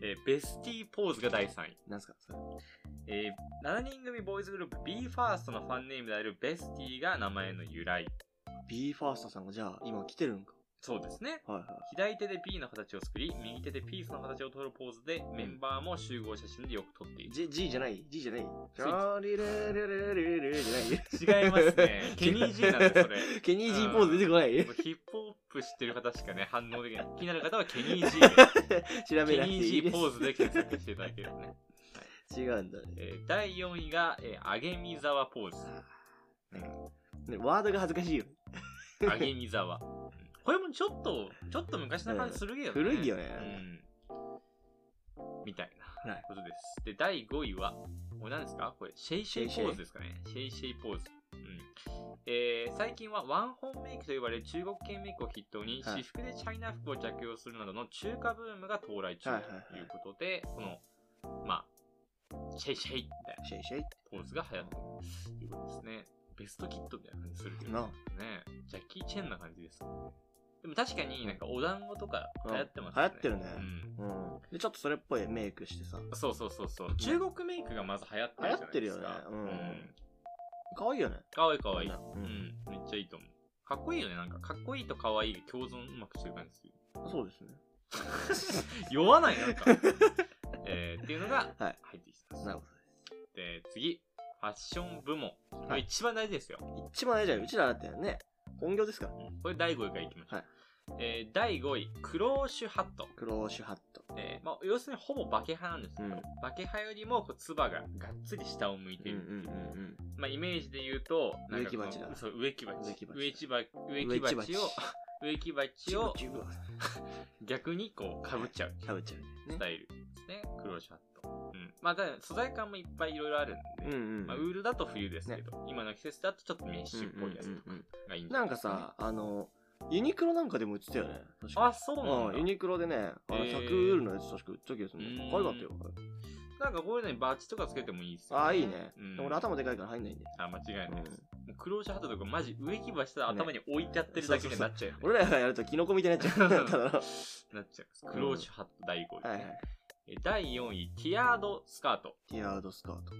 A: えーベスティーポーズが第3位。
B: なんすかそれ
A: えー7人組ボーイズグループ BE:FIRST のファンネームであるベスティが名前の由来。
B: b ファーストさんがじゃあ今来てるんか
A: そうですね。
B: はいは
A: 左手で B の形を作り、右手でピースの形を取るポーズで、メンバーも集合写真でよく撮ってい
B: い
A: る。
B: G, G じゃない G じゃない
A: スイ
B: ジ
A: ッチ
B: ャーリレレレレレレじゃない
A: 違いますね ケニー G なんだそれ
B: ケニー G ポーズ出てこな い
A: もうヒップホップ知ってる方しかね、反応できない。気になる方はケニー G
B: 調べ
A: で、ケ
B: なくて
A: ニ
B: いい
A: ー G
B: です
A: ポーズで検索していただけるとね。
B: 違うんだね
A: えー第4位が、えー、あげみざわポーズ。
B: ねワードが恥ずかしいよ
A: あげみ ざわ。うんこれもちょっと、ちょっと昔な感じするけどね。
B: うん古いよね
A: うん。みたいな
B: はい
A: ことです。で、第5位は、これ何ですかこれ、シェイシェイポーズですかね。シェイシェイポーズ。うんえー最近はワンホンメイクと呼ばれる中国系メイクを筆頭に、
B: はい
A: 私服でチャイナ服を着用するなどの中華ブームが到来中
B: は
A: と
B: いはいはい
A: いうことで、この、まあ、シェイシェイみたいな
B: シェイシェイ
A: ポーズが流行ってるということですね。ベストキットみたいな感じするけど、
B: な
A: ねジャッキー・チェンな感じですかね。でも確かになんかお団子とか流行ってます
B: うん流行ってるね
A: うん
B: うんでちょっとそれっぽいメイクしてさ
A: そうそうそうそう。中国メイクがまず流行ってるじゃないですか。
B: 流行ってるよねうん可愛いよね
A: かわいいかわいい。う
B: こんなん
A: ん。めっちゃいいと思う。かっこいいよね。なんか、かっこいいとかわいいが共存うまくしてる感じする。
B: うんそうですね
A: 酔わない なんか。えー、っていうのが
B: はい
A: 入ってきてます。
B: なるほ
A: で、次。ファッション部門。こ
B: は
A: れ
B: い
A: 一番大事ですよ。
B: ど一番大事じゃんうちらだってね本業ですから
A: これ第5位からいきましょう。
B: はい
A: えー第5位、クローシュハット。
B: クローシュハット
A: えーまあ、要するにほぼバケ派なんですけど、
B: うん
A: バケ派よりもこう唾ががっつり下を向いて
B: うん
A: る
B: う
A: っていうん
B: うん
A: まあ、イメージで言うとなんかこう
B: 植木鉢だ
A: そう植木鉢
B: 植木鉢だ
A: 植木鉢植木鉢
B: 植木鉢
A: を植木鉢を
B: チューブは
A: 逆にこうかぶっちゃう
B: 食べちゃうね
A: スタイルですねクローシャット、うんまあ、ただ素材感もいっぱいいろいろあるんで、
B: うんうん
A: まあ、ウールだと冬ですけど、今の季節だとちょっとメッシュっぽいやつと
B: うんうんうん
A: かがいいんじゃ
B: ないん
A: で
B: か
A: すね
B: さあのユニクロなんかでも売ってたよね確か
A: あそう
B: うんユ
A: なんだ
B: ニクロでねあの
A: へー
B: 100ウールのやつ確か売ってた気がする
A: う
B: ね
A: ん
B: 可愛かったよ
A: なんかこういうのにバッチとかつけてもいいですよ、
B: ああいいね
A: うん
B: でも俺頭でかいから入んないんで
A: あ間違いないです、
B: うん
A: もうクローシャーハットとかマジ植木鉢ただ頭に置いてやってるだけになっちゃうよね、
B: 俺らがやるとキノコみたいになっちゃうた だのは
A: なっちゃうクローシャーハット第5位、
B: いはい
A: え第4位ティアードスカート、
B: ティアードスカート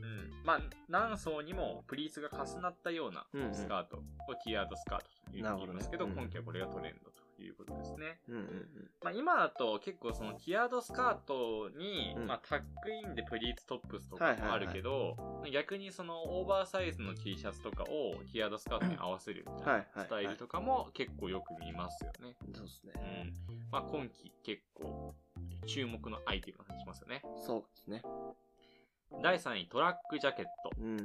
A: まあ何層にもプリーツが重なったような
B: うんうん
A: スカートをティアードスカートと言いますけど、
B: なるほどねうん
A: 今季はこれがトレンドということですね。
B: うんうん
A: まあ、今だと結構そのティアードスカートに、
B: うん
A: まあ、タックインでプリーツトップスとかもあるけど、逆にそのオーバーサイズの T シャツとかをティアードスカートに合わせるみたい
B: はい
A: な
B: はいはい
A: スタイルとかも結構よく見ますよね。
B: うん。そうですね。
A: うん。まあ、今季結構注目のアイテムな感じしますよね。
B: そうですね。
A: 第3位、トラックジャケット。
B: う
A: う
B: ん。
A: ん。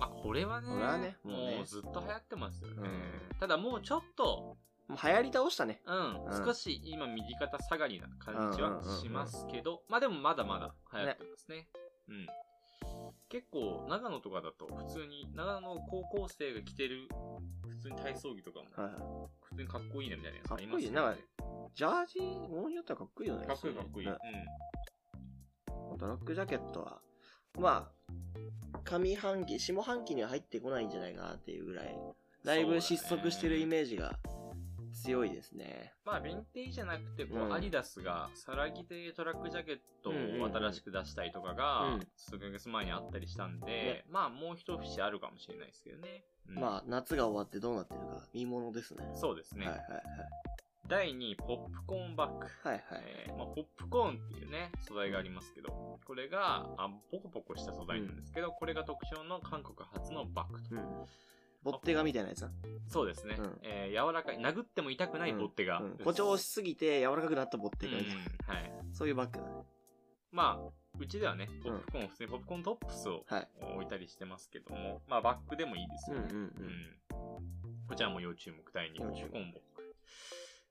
A: まあ、これはね、
B: これはねも
A: も
B: う
A: う
B: ね
A: ずっと流行ってますよね。
B: うん
A: ただもうちょっと、
B: もう流行り倒したね。
A: うん、
B: うん
A: 少し今右肩下がりな感じはしますけど、まあでもまだまだ流行ってますね。うん。結構、長野とかだと普通に、長野の高校生が着てる、普通に体操着とかも、
B: はいは
A: 普通にかっこいいなみたいなやつあり
B: かっこ
A: ま
B: い
A: す
B: い
A: よね。
B: なんかい。ジャージ、ものによってはかっこいいよね。
A: かっこいいかっこいい。うん。
B: うんトラックジャケットは、まあ、上半期、下半期には入ってこないんじゃないかなっていうぐらい、だいぶ失速してるイ
A: ジ。
B: メージが強いですね。
A: まあ、ヴィンテージじゃなくて、こ
B: うん
A: う、アディダスが、さらぎでトラックジャケットを新しく出したりとか
B: うんう
A: が
B: ん、
A: 数ヶ月前にあったりしたん
B: ね
A: で、まあ、もう一節あるかもしれないですけどね。うん
B: まあ、夏が終わってどうなってるか、見ものですね。
A: そうですね。
B: はいはい
A: 第2位、ポップコーンバッグ。
B: はい。はいはい。
A: えーまあ、ポップコーンっていうね、素材がありますけど、これが、あポコポコした素材なんですけど、これが特徴の韓国発のバッグと。
B: うん。ボッテガみたいなやつな。
A: そうですね、
B: うん
A: えー柔らかい、殴っても痛くないボッテが。
B: うん誇張し
A: し
B: すぎて柔らかくなったボッ
A: て
B: テガみたいな。
A: はい。
B: そういうバッグだね。
A: まあ、うちではね、ポップコーン、普通にポップコーントップスを
B: はい。
A: 置いたりしてますけども、まあ、バッグでもいいです
B: うん
A: よ
B: うん
A: ね。
B: うん。
A: こちらも要注目、第2位、
B: 要
A: ポ
B: 注
A: ップ
B: 目
A: コーンバッグ。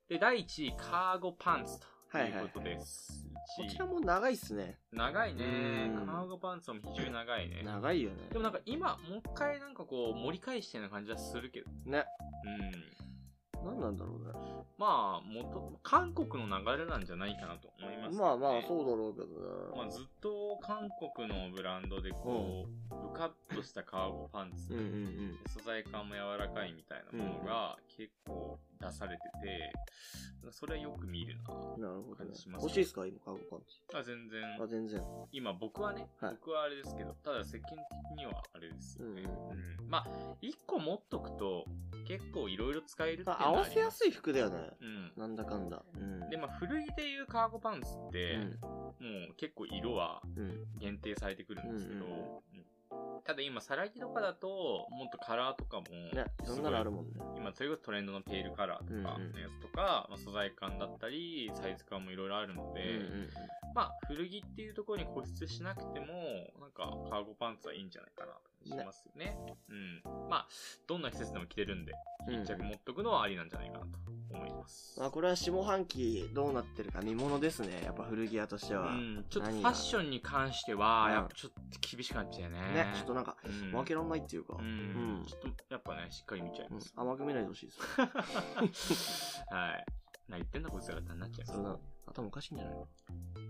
A: で、第1位、カーゴパンツと
B: はいはいいはいう
A: ことです。
B: こ
A: 1位
B: ちらも長いっすね。
A: 長いね
B: うん。
A: カーゴパンツも非常に長いね。
B: 長いよね。
A: でもなんか今、もう一回なんかこう、盛り返してるような感じはするけど。
B: ね。
A: うん。
B: 何なんだろうね。
A: まあ、元、韓国の流れなんじゃないかなと思います、。
B: まあまあ、そううだろうけど
A: ま
B: ね
A: あ、。ずっと韓国のブランドでこう、ブカッとしたカーゴパンツ。
B: うんうんうん。
A: 素材感も柔らかいみたいなものが結構出されてて、それはよく見る
B: なるほどね
A: 感じし。ますね
B: 欲しいですか今、カーゴパンチ。
A: な。あ全然、
B: あ、全然。
A: 今僕はね、
B: はい
A: 僕はあれですけど、ただ世間的にはあれですよね。
B: うん
A: うんまあ、一個持っとくと結構いろいろ使えるっていうの
B: ま
A: は
B: あ合わせや
A: い。
B: すい服だよね。
A: うん。
B: なんだかんだ。うん。
A: で、まあ、古着でいうカーゴパンツって、もう結構色は
B: うん。うん。
A: 限定されてくるんですけど、
B: うんうん
A: うんただ今、さらぎとかだと、もっとカラーとかも、
B: ね、いろんなのあるもんね。
A: 今、それこそトレンドのペールカラーとか
B: うんうん
A: のやつとか、まあ、素材感だったり、サイズ感もいろいろあるので、まあ、古着っていうところに固執しなくても、なんか、カーゴパンツはいいんじゃないかなとしますよね。うん。まあ、どんな季節でも着てるんで、
B: うんうん。
A: 一着持っとくのはありなんじゃないかなと思います。
B: まあこれは下半期どうなってるか見ものですね。やっぱ古着屋として
A: う
B: は。
A: ん、ちょっとフ
B: 何
A: ァ
B: が
A: ッションに関して
B: う
A: は
B: ん、
A: やっぱちょっと厳しくなっちゃうね。
B: ね、ちょっとなんか、
A: うん、
B: 負けらんないっていうか。
A: う
B: うんん
A: ちょっとやっぱね、しっかり見ちゃい
B: うん
A: ます。
B: 甘く見ないでほし いです。
A: はい。何言ってんだこいつらってなっちゃい
B: それ
A: ま
B: な
A: す。
B: 頭おかしいんじゃないの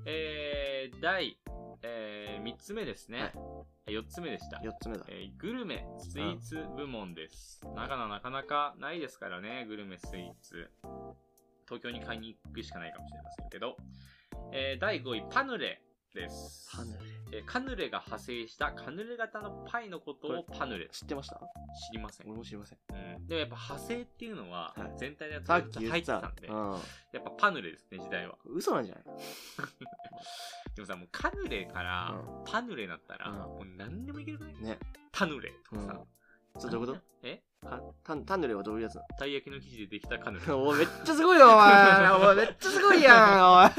A: えー、第、えー、3つ目です
B: は
A: ね。四4つ目でした。
B: ?4 つ目だ。
A: えーグルメ、スイーツ部門です。長野なかなかないですからね、グルメ、スイーツ。東京に買いに行くしかないかもしれませんけど。えー第5位、パヌレです。
B: パヌレ。
A: えーカヌレが派生したカヌレ型のパイのことをパヌレ
B: 知ってました
A: 知りません。
B: 俺も知りません。
A: うん、でもやっぱ派生っていうのは
B: はい
A: 全体でやつ
B: さ
A: が
B: っき言
A: 入
B: っ
A: っててた
B: た
A: ん。で、
B: うん。
A: やっぱパヌレですね、時代は。
B: 嘘なんじゃない
A: でもさ、もうカヌレから
B: う
A: パヌレになったら、
B: うん
A: もう何でもいけるくない
B: ね。
A: タヌレとかさ。
B: そうどういうこ
A: え
B: とかタンタンドレはどういうやつなの
A: たい焼きの生地でできたカヌ レ。
B: おめっちゃすごいよ、お前。 お前めっちゃすご いやん。おい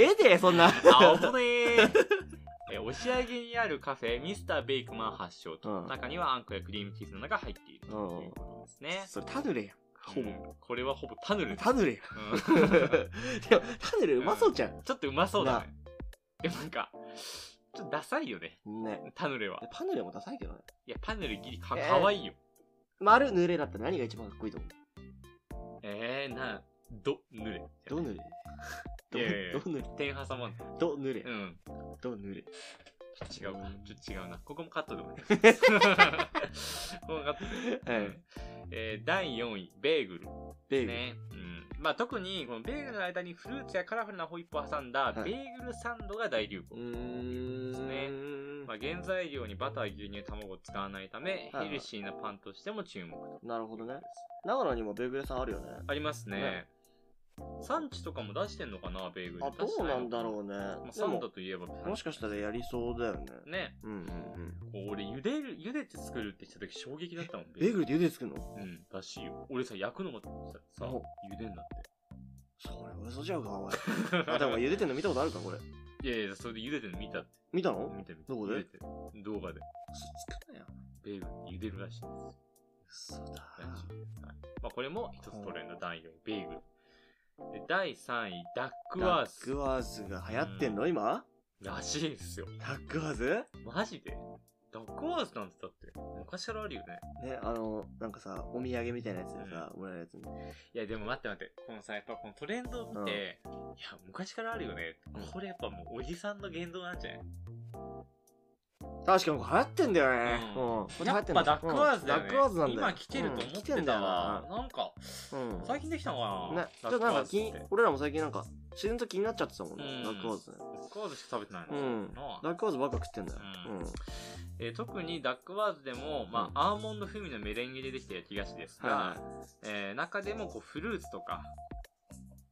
B: ええで、そんな。
A: あ、ほねー。 え押上にあるカフェ、ミスターベイクマン発祥と、
B: うん
A: 中にはあんこやクリームチーズの中が入っているということですね。
B: それタヌレやん。ほぼ。
A: うんこれはほぼタヌレです
B: タヌレやん。
A: うん
B: でも、タヌレうまそうじゃん。
A: ちょっとうまそうだね。でもなんか、ちょっとダサいよね、
B: ね。
A: タヌレは。
B: パヌレもダサいけどね。
A: いや、パヌレギリか
B: えー
A: かわいいよ。
B: 丸濡れだったら何が一番かっこいいと思う
A: えー、な、ど、ぬれ。
B: ど濡れど
A: いやいやいや
B: ど濡れ
A: 点挟まんの。
B: ど濡れ
A: うん。
B: ど濡れ
A: 違うか。ちょっと違うな。こ こもカット でもね。ここもカットで。
B: はい。
A: えー、第4位、ベーグル。
B: ベーグル
A: ね。うん。まあ、特に、このベーグルの間にフルーツやカラフルなホイップを挟んだ、
B: は
A: ベ
B: い
A: ーグルサンドが大流行。
B: うーん
A: ですねまあ、原材料にバター、牛乳、卵を使わないため、
B: はい
A: ヘルシーなパンとしても注目と。
B: なるほどね長野にもベーグルさんあるよね
A: ありますね。
B: ね
A: 産地とかも出してんのかな、米軍
B: あ、どうなんだろうね。
A: うまあ、
B: で
A: サン
B: も
A: ダ、といえば、
B: もしかしたらやりそうだよね。
A: ね、
B: うんうんうん。
A: こう俺、茹でる、茹でて作るってした時衝撃だったもん、
B: ベーグルって茹で作るの
A: うん、らしいよ。俺さ、焼くのもさ、
B: お
A: 茹でんだって。
B: それ、嘘じゃうか、おい。あ、でも茹でてんの見たことあるか、これ。
A: いやいや、それで茹でてるの見たって。
B: 見たの
A: 見て見て。
B: どこで
A: 茹てる動画で。
B: 嘘つくなよ。
A: 米軍茹でるらしいです。
B: 嘘だ。
A: らしいはいまあ、これも一つトレンド第4位、ベーグル。で第3位、ダックワ
B: ダ
A: ー
B: ック
A: ス。
B: ワーズが流行ってんの、今
A: らしいですよ。
B: ダックワーズ
A: マジでダックワースなんてだって、昔からあるよね。
B: ね、あの、なんかさ、お土産みたいなやつでさ、もらえるやつね。
A: いや、でも待って待って。このさ、やっぱこのトレンドって、いや、昔からあるよね。これやっぱもうおじさんの言動なんじゃない
B: 確かにこれ流行ってんだよね。
A: う
B: うん。これ流
A: や
B: 行
A: って
B: ん
A: ぱダックワーズだよ、ね
B: ダックワーズなんだよ。
A: 今来てると思ってたわ。なんか、
B: うん。うん
A: 最近できたのかな
B: ね、ちょ
A: ダッ
B: っと
A: ク
B: なん
A: ワー
B: か
A: ズっ
B: 気
A: て。ダッ
B: 俺らも最近なんか自然と気になっちゃってたもんね、
A: うん
B: ダックワーズね
A: クワーズしか食べてないの、
B: うん
A: なあ
B: ダックワーズばっか食ってんだよ、
A: う
B: うんん
A: えー特にダックワーズでも、まあ、アーモンド風味のメレンゲでできた焼き菓子ですが、
B: は
A: えー中でもこうフルーツとか、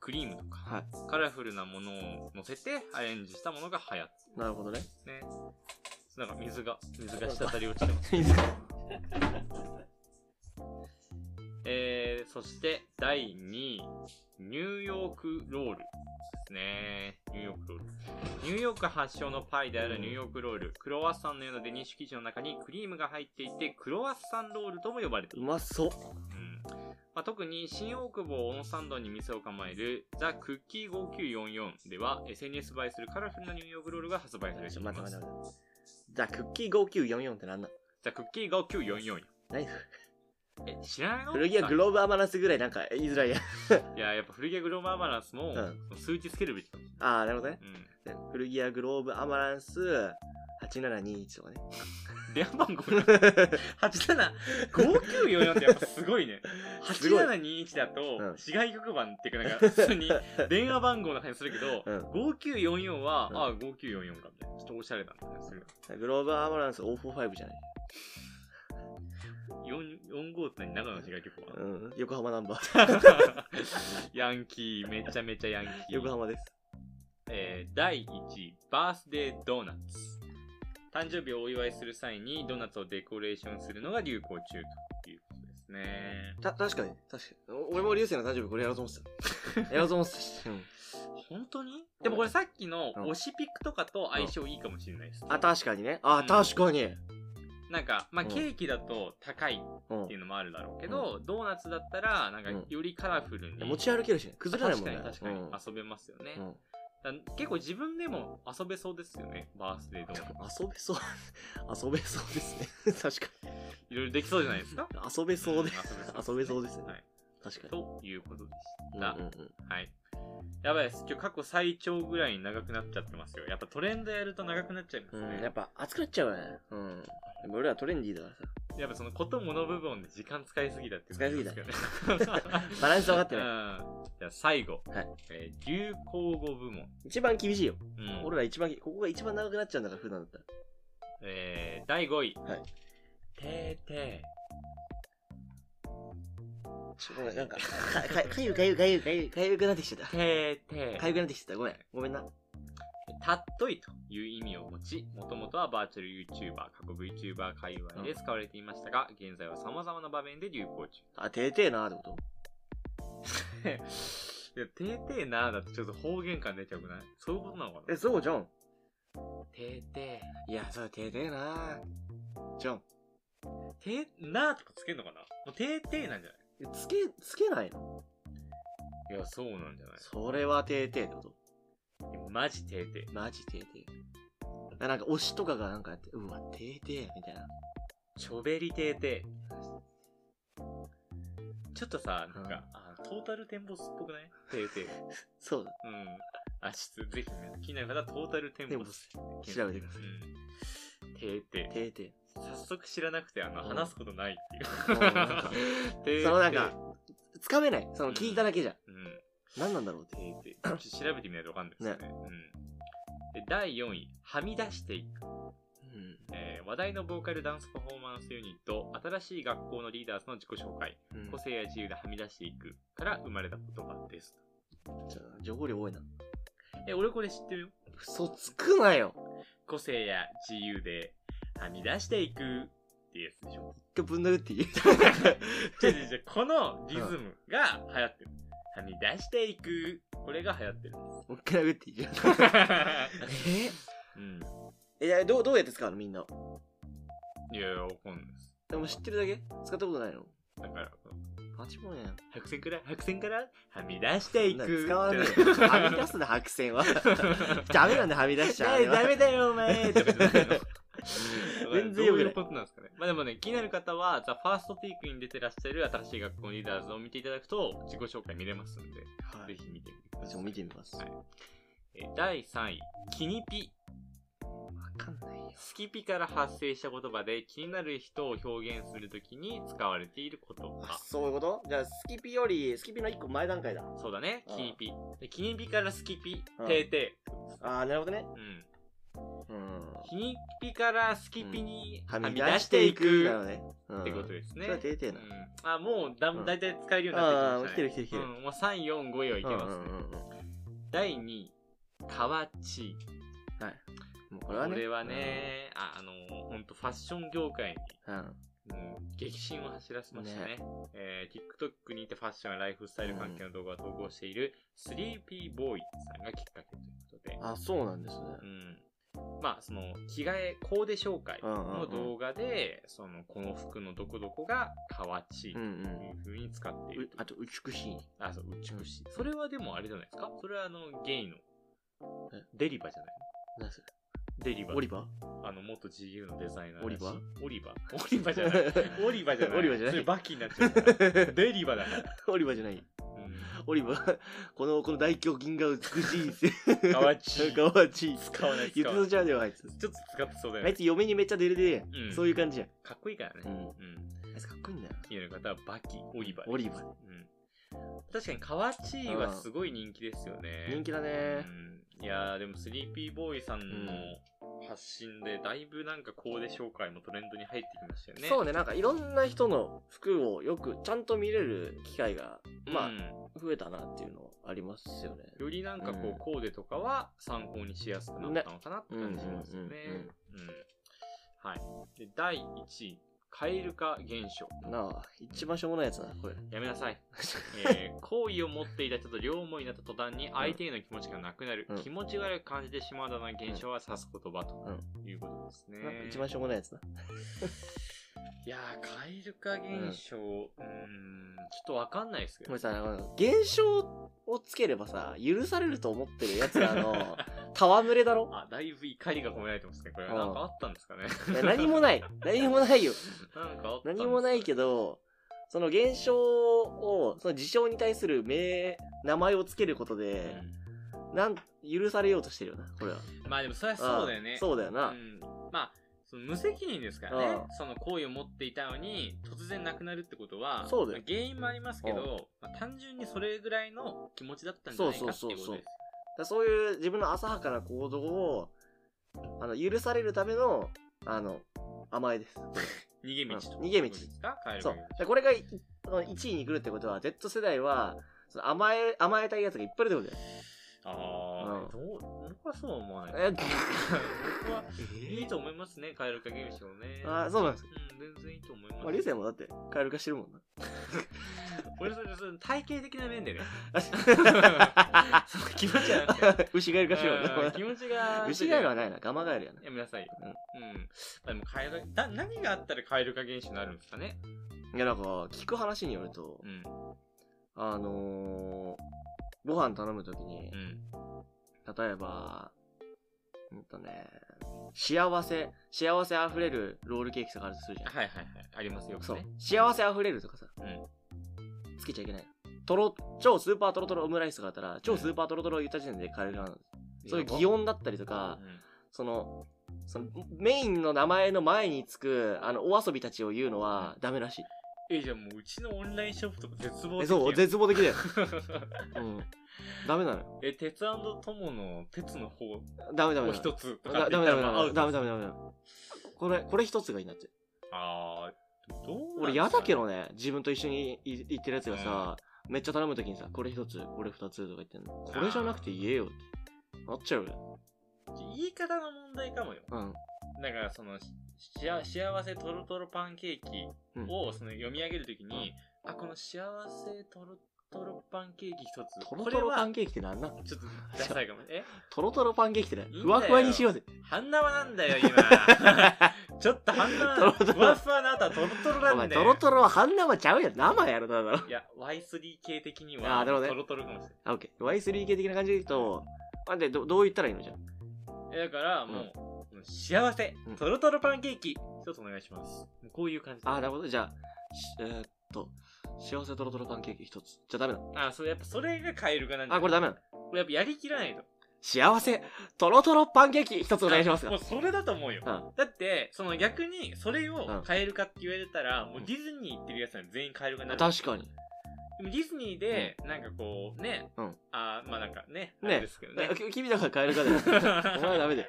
A: クリームと
B: い
A: か、
B: はい、は
A: カラフルなものを乗せてアレンジしたものが流行って
B: い、なるほ どね
A: ね。なんか水が、水が滴り落ちてます。
B: 水が
A: えー、そして第2位、ニューヨークロールですね。ニューヨークロール。ニューヨーク発祥のパイであるニューヨークロール。クロワッサンのようなデニッシュ生地の中にクリームが入っていて、クロワッサンロールとも呼ばれていうる。
B: まそ
A: う
B: う
A: んまあ、特に新大久保の参道に店を構えるザ・クッキー5944では SNS 映えするカラフルなニューヨークロールが発売されて
B: ち
A: い
B: ょ待って
A: ま
B: 待
A: す
B: って。待ってじゃあクッキー5944ってなんだ
A: ザ・クッキー5944。
B: 何
A: え、知らないの
B: 古着はグローブアマラスぐらいなんか言いづらいや
A: いや、やっぱ古着屋グローバーバランスも、
B: うん
A: その数値つけるべきかもし
B: ああなるほどね
A: れない。
B: 古着はグローブアマランス8721とかね
A: うん。電話番号875944ってやっぱすごいね。
B: すごい
A: 8721だと、
B: うん
A: 市外局番っていうか、なんか普通に電話番号の話するけど、
B: うん
A: 5944は、
B: うん
A: ああ、5944かみたいな。ちょっとおしゃれだな、それが。
B: グローブアマランス045じゃない
A: 45って何長野市外局番
B: うん横浜ナンバー
A: ヤンキー、めちゃめちゃヤンキー。
B: 横浜です
A: えー第1位、バースデードーナツ。誕生日をお祝いする際にドーナツをデコレーションするのが流行中ということですね。
B: た確かに確かにお俺も流星の誕生日これやろうと思って たやろうと思ってたし、うん
A: 本当にでもこれさっきの
B: うん
A: 推しピックとかと相性いいかもしれないです。
B: あ、確かにね。あ、
A: うん
B: 確かに。
A: なんか、まあ、
B: うん
A: ケーキだと高いっ
B: うん
A: ていうのもあるだろうけど、ドーナツだったら、なんか
B: うん
A: よりカラフルに。
B: 持ち歩けるしね。崩れない
A: 確か
B: もんね
A: に。確かに
B: うん
A: 遊べますよね。
B: うん
A: だ結構自分でも遊べそうですよね、バースデード ーナツ。
B: 遊べそう。 遊べそうですね。 確か
A: いろいろできそうじゃないですか
B: に。遊べそうで
A: ん。
B: 遊べそうですね
A: はい。
B: 確か
A: と
B: に。
A: いうことでし
B: うん
A: た。
B: うんうん
A: はい。やばいです。今日過去最長ぐらいに長くなっちゃってますよ。やっぱトレンドやると長くなっちゃいます
B: うん、
A: ね。
B: やっぱ熱くなっちゃうね。うん。でも俺らトレンディーだからさ。
A: やっぱそのこともの部分で時間使いすぎだっていうことですよね。
B: バランス分かって
A: う
B: ない。
A: ん。じゃあ最後。
B: はい
A: えー流行語部門。
B: 一番厳しいよ。
A: うん
B: 俺ら一番、ここが一番長くなっちゃうんだから、普段だったら。
A: えー、第5位。
B: はい
A: てーて
B: ちょごめん、なんか、か、かかゆかゆかゆかゆかゆくなってきちゃっ
A: ー。
B: た。
A: てーて
B: か
A: ー。
B: ゆくなってきちゃった。ごめん。ごめんな。
A: たっといという意味を持ち、もともとはバーチャル YouTuber、過去 VTuber 界隈で使われていましたが、現在は様々な場面で流行中。
B: あ、てーてーなーってこと
A: っていや、てーてーなーだってちょっと方言感出ちゃうくないそういうことなのかな
B: え、そうじゃん。
A: てーて
B: いや、そう、てーてーなー。じゃん。
A: ー。てーなーとかつけんのかなもうてーてーなんじゃ
B: えつけ、つけないの
A: ないいや、そうなんじゃない
B: それはてーてーってこと
A: いやマジてーてー。
B: マジてーてー。あなんか推しとかがなんかやって、うわ、てーてーみたいな。
A: ちょべりてーてー。ちょっとさ、なんか、あトータルテンボスっぽくないてーてー。
B: そうだ。
A: うん。あ、ちょっとぜひね、気になる方はトータルテンボス。
B: 調べてください
A: うん。てーてー。
B: てーて
A: 早速知らなくて、あの、
B: うん
A: 話すことない っていう。
B: ー。もうなんか、
A: てーてー
B: そのなんか、つかめない。その聞いただけじゃん。
A: うん。
B: 何なんだろうって。
A: えーでちょっと調べてみないとわかんないですよね。うん、で第4位、はみ出していく、えー話題のボーカルダンスパフォーマンスユニット、新しい学校のリーダーズの自己紹介、
B: うん。
A: 個性や自由ではみ出していくから生まれた言葉です。
B: じゃあ情報量多いな。
A: え、俺これ知ってるよ。
B: 嘘つくなよ。
A: 個性や自由ではみ出していくっていうやつでし ょ。
B: 一回ぶん殴っていい
A: 違う違う違う、このリズムが流行ってる。はみ出していく。これが流行 ってる。
B: もう一回殴っていいえ
A: うん。
B: えいやどう、どうやって使うのみんな。
A: いやいや、わかんないです。
B: でも知ってるだけ使ったことないの
A: だから、
B: パチモンやん。
A: 白線から、白線から、はみ出してい
B: そんな
A: く。
B: の使わね
A: って
B: えよ。はみ出すな、白線は。 ダメなんだ、はみ出しちゃうよ。
A: ダメだよ、お前とかじゃないの
B: 全然
A: ど
B: 良
A: う
B: く
A: い
B: な
A: う
B: い
A: ことなんですかね。まあでもね、気になる方は、ザ・ファーストテイクに出てらっしゃる新しい学校のリーダーズを見ていただくと、自己紹介見れますんで、
B: はい
A: ぜひ見てみてくだ
B: ちょっ
A: さ
B: と
A: い。
B: 見てみます。わ
A: はいえ第3位、キニピ。
B: かんないよ。
A: スキピから発生した言葉で気になる人を表現するときに使われている言
B: あ
A: 葉。
B: そういうことじゃあ、スキピより、スキピの一個前段階だ。
A: そうだね
B: う、ん
A: キニピ。でキニピからスキピ
B: う、ん
A: テーテ
B: あー、なるほどね
A: ー。。うん。
B: うん。
A: キニピからスキピには
B: はみ
A: み
B: 出
A: 出
B: し
A: してて
B: い
A: い
B: く。な
A: く
B: の。ね。っ
A: ってことですね。
B: それは出て
A: う
B: なん
A: あ、もうだ、
B: うん
A: だいたい使えるようになってきました、ね。
B: あー来てる来てる来てる
A: うん、もう3、4、5位はいけますね。第2位、河内。
B: もう
A: こ
B: これ
A: れ
B: は
A: は
B: ね。
A: ね、ああのー、ほんとファッション業界に
B: うん。うん。
A: うん激震を走らせましたねえー TikTok にてファッションやライフスタイル関係の動画を投稿している 3PBOY さんがきっかけということで、
B: あ、そうなんですね。
A: うん、まあその着替えコーデ紹介
B: うんうんう
A: の
B: ん
A: 動画でそのこの服のどこどこが河内と
B: うん
A: いう
B: うん。
A: ふうに使っている
B: うあと、美しい。
A: あそう美しいそれはでもあれじゃないですかそれはあのゲイの
B: え
A: デリバじゃない
B: 何それ
A: デリバ
B: オリバ
A: あの、元 GU のデザイナーらしい。
B: オリバー
A: オリバーオリバーじゃな い。オリバーじゃない。
B: オリバーじゃない
A: それバキになっちゃう から。デリバーだから。
B: ー オリバーじゃない。
A: うん。
B: オリバー。この、この大胸筋が美しいせ。
A: かわちい
B: かわちい。
A: 使わない、
B: 言
A: 使
B: って
A: わな
B: そ
A: い。
B: う
A: ち
B: じ
A: ょ
B: ゃんよ、あいつ。
A: っと使ってそうだよ
B: あい
A: ね。
B: つ嫁にめっちゃ出るで、
A: うん
B: そういう感じやん。
A: かっこいいからね。
B: うん。
A: うん。
B: あいつかっこいいんだよ。
A: 気になる方はバキ、オリバーで。
B: オリバー
A: うん。確かに、かわちいはすごい人気ですよね。
B: 人気だ
A: う
B: ね。
A: ん。いやー、でも、スリーピーボーイさんの発信で、だいぶなんかコーデ紹介もトレンドに入ってきましたよね。
B: そうね、なんかいろんな人の服をよくちゃんと見れる機会が、
A: うん。
B: まあ、増えたなっていうのはありますよね。
A: よりなんかこ
B: うん
A: うコーデとかは参考にしやすくなったのかなって感じしますよね。うんはい。で、第1位、蛙化現象。
B: なあ、一番しょうもないやつだな、これ。
A: やめなさい。えー、好意を持っていた人と両思いになった途端に相手への気持ちがなくなる、
B: うん
A: 気持ち悪く感じてしまうような現象は指す言葉と
B: う
A: いうことですね。
B: なんか一番しょうもないやつだ。
A: いやー、蛙化現象、うーん、ちょっとわかんないですけ
B: こ
A: ど
B: れ。さ、あの現象をつければさ、許されると思ってるやつ らの戯れだろ
A: あ、だいぶ怒りが込められてますね。これ
B: うん
A: なんかあったんですかね。
B: いや何もない。何もないよ。
A: なんかあったんですかね
B: 何もないけど、その現象を、その事象に対する名、名前をつけること
A: う
B: で、
A: ん
B: なん、許されようとしてるよな、これは。
A: まあでもそれはそうだよね。
B: んそうだよな。
A: うん、まあその無責任ですからね、
B: うん
A: その好意を持っていたのに突然なくなるってことは
B: そうだよ
A: まあ原因もありますけど、まあ単純にそれぐらいの気持ちだったんじゃないかっていう
B: そう
A: こと
B: そうそう
A: です
B: だからそういう自分の浅はかな行動をあの許されるためのあの甘えです。
A: 逃げ道と
B: うん逃げ道
A: ですか帰る
B: そう。だからこれがいその1位に来るってことは Z 世代はその甘え甘えたいやつがいっぱいいるってこ
A: ああ、どう僕はそうは思わない僕はいいと思いますね帰る影道をね
B: とだよ。あーそうなんです。
A: うん全然いいと思います、
B: まあ、流星もだってカエル化してるも んな。
A: 俺それそれ体型的な面でね
B: あ
A: その気持ちはなん か
B: 牛ガエル化してるもん
A: うん
B: な
A: 気。持ちが
B: 牛ガエルはないな、ガマガエルやな。
A: やめなさい。うん。でも変えるだ、何があったら変える化現象になるんですかね。
B: いや、なんか聞く話によると
A: う、ん。
B: あのー、ご飯頼むときに
A: う、ん。
B: 例えば、うんとね、幸せ、幸せあふれるロールケーキとかあるとするじゃん。
A: はいはいはい。ありますよ、
B: そう
A: ね。。
B: 幸せあふれるとかさ、
A: う
B: つけちゃいけないの。とろ、超スーパートロトロオムライスとかあったら、超スーパートロトロ言った時点でカレーがなんです。
A: ん。
B: そういう擬音だったりと
A: う
B: か、
A: ん。
B: その、そのメインの名前の前につく、あの、お遊びたちを言うのはダメらしい。
A: え、じゃあもううちのオンラインショップとか絶望
B: え、
A: 的
B: そう、
A: やん
B: 絶望的だよ。うん。ダメなのよ。
A: え、鉄友の鉄の方
B: ダメダメ
A: を
B: ダメ。
A: 一つとか
B: だ
A: って
B: ダ
A: 言
B: メ
A: ったら
B: ダメダ
A: まあアウ
B: メ
A: ト
B: ダメダメダメこれ、これ一つがいいなって。
A: あー、どうなんですかね
B: 俺嫌だけどね自分と一緒にいい行ってるやつがさ、めっちゃ頼むときにさ、これ一つ、これ二つとか言ってんの。これじゃなくて言えよって。なっちゃうよ。
A: 言い方の問題かもよ。
B: うん。
A: だからそのししあ幸せとろとろパンケーキをその読み上げるときに、あこの幸せとろとろパンケーキ一つ
B: トロトロパン
A: ケ
B: ケーキってなんなん
A: ーキちょっとダサい かもえ
B: トロトロパンケーキってない
A: いんだよ
B: ふわふわにしようぜ。
A: 半生なんだよ 今ちょっと半生
B: トロトロ
A: ふわふわな後はとろとろ
B: お
A: な
B: 前、
A: んだよ
B: トロトロは半生ちゃうやん。生やろ、ただの。
A: いや Y3 系的に
B: あ
A: は
B: ーなるほどね
A: とろとろかもしれない
B: あ、オッケー。Y3 系的な感じで言うと、あ、で、どどう言ったらいいのじゃん。
A: えだからもう、幸せ
B: うん
A: とろとろパンケーキ一つお願いしますもうこういう感じ
B: あ、なる
A: ほ
B: ほど。じゃあ、しえーっと、幸せトロトロパンケーキ一つ。じゃあダメなの
A: どあそうやっぱそれがカエルかなんだよ
B: あ、これダメなの
A: これやっぱやりきらないと
B: 幸せトロトロパンケーキ一つお願いします
A: あも
B: よ
A: うそれだと思うよ、
B: うん
A: だってその逆にそれ
B: うん
A: を変えるかって言われたら、もうディズニー行ってるやつは全員変えるかになる
B: 確かに。
A: でもディズニーでなんかこうね、
B: うん
A: あーまあなんかねあ
B: ね
A: れですけど ね
B: ねき君だからカエ ルかだよ。お前はダメだよ。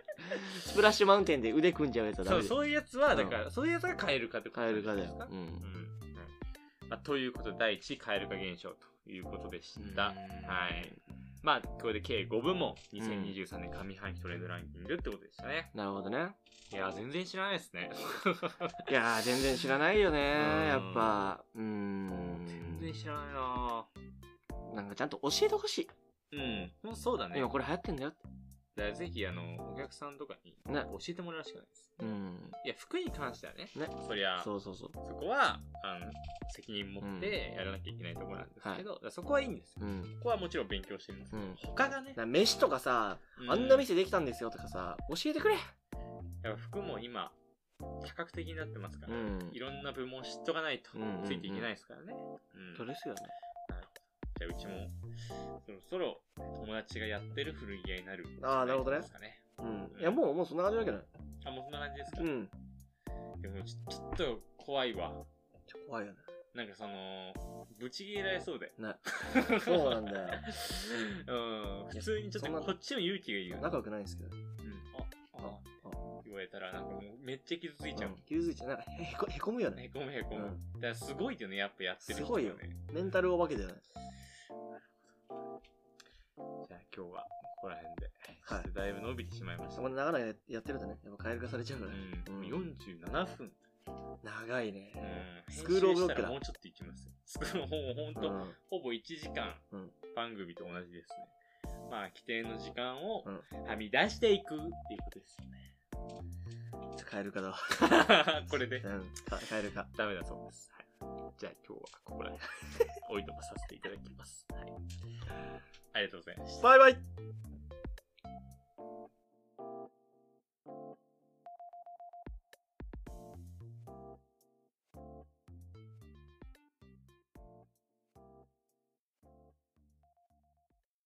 B: スプラッシュマウンテンで腕組んじゃうやつはダ
A: そ
B: メ
A: う
B: だよ。
A: そういうやつはだから、そういうやつが変えるかってこと
B: カエルか
A: じ
B: だ
A: ゃない
B: よ。
A: で
B: う
A: すかう
B: ん。
A: んうんまあ、ということで第1位カエル化現象ということでした、はい。まあこれで計5部門2023年上半期トレンドランキングってことでしたね、
B: なるほどね。
A: いやー全然知らないですね
B: いやー、全然知らないよね
A: うん
B: やっぱ。うーん。
A: 全然知らないな
B: なんかちゃんと教えてほしい。
A: うん、もうそうだね。
B: 今これ流行ってんだよ。
A: だからぜひ、あの、お客さんとかに
B: ね
A: 教えてもらうしかないです。
B: うん。
A: いや、服に関してはね、
B: ね
A: そりゃ、そ
B: そうそうそう。
A: こは、あの、責任持ってやらなきゃいけないところなんですけど、だからそこはいいんですよ。
B: うん。
A: ここはもちろん勉強してるんですけど、
B: うん
A: 他がね、
B: 飯とかさ、
A: うん
B: あんな店できたんですよとかさ、教えてくれ。
A: やっぱ服も今、多角的になってますから、
B: ん
A: いろんな部門知っとかないと
B: うんうんうん
A: ついていけないですからね。うん
B: それですよね。
A: じゃあ、うちも、そろそろ友達がやってる古着屋になる。
B: あーなるほどね
A: ですかね。
B: うん。いや、もう、もうそんな感じだけどね。
A: あ、もうそんな感じですか、
B: うん。
A: でもちょ、ちょっと怖いわ。
B: ちょ怖いよね。
A: なんかその、ぶち切れられそうで。
B: ねそうなんだよ。
A: うん、普通にちょっと
B: いやそんな
A: こっちも勇気がいるよね。
B: 仲良くないんですけど。
A: うん、 あ、あ、言われたらなんかもうめっちゃ傷ついちゃう。
B: 気づいちゃう。なんかへへこ、へこむよね。
A: へこむへこむ。
B: う
A: だからすごいよね、やっぱやってる人、ね。
B: すごいよメンタルお化けだよね。
A: じゃあ今日はここら辺で。
B: はい
A: ちょっとだいぶ伸びてしまいまし
B: そ
A: た。
B: こで長々やってるとね、やっぱカエル化されちゃうからね。
A: うん、
B: うん
A: 47分。
B: 長いね
A: う。ん、
B: スクールオブロック
A: 編集した
B: だ
A: らもうちょっといきますよ。スクールほんほんと、
B: うん
A: ほぼ1時間
B: うん
A: 番組と同じですね。まあ、規定の時間を
B: うん
A: はみ出していくっていうことですよね。
B: カエル化だわ。
A: これで
B: う。ん。かカエル化。
A: ダメだそうです。はい、じゃあ今日はこ こら辺おいとまさせていただきます。はい、ありがとうございました。
B: バイバイ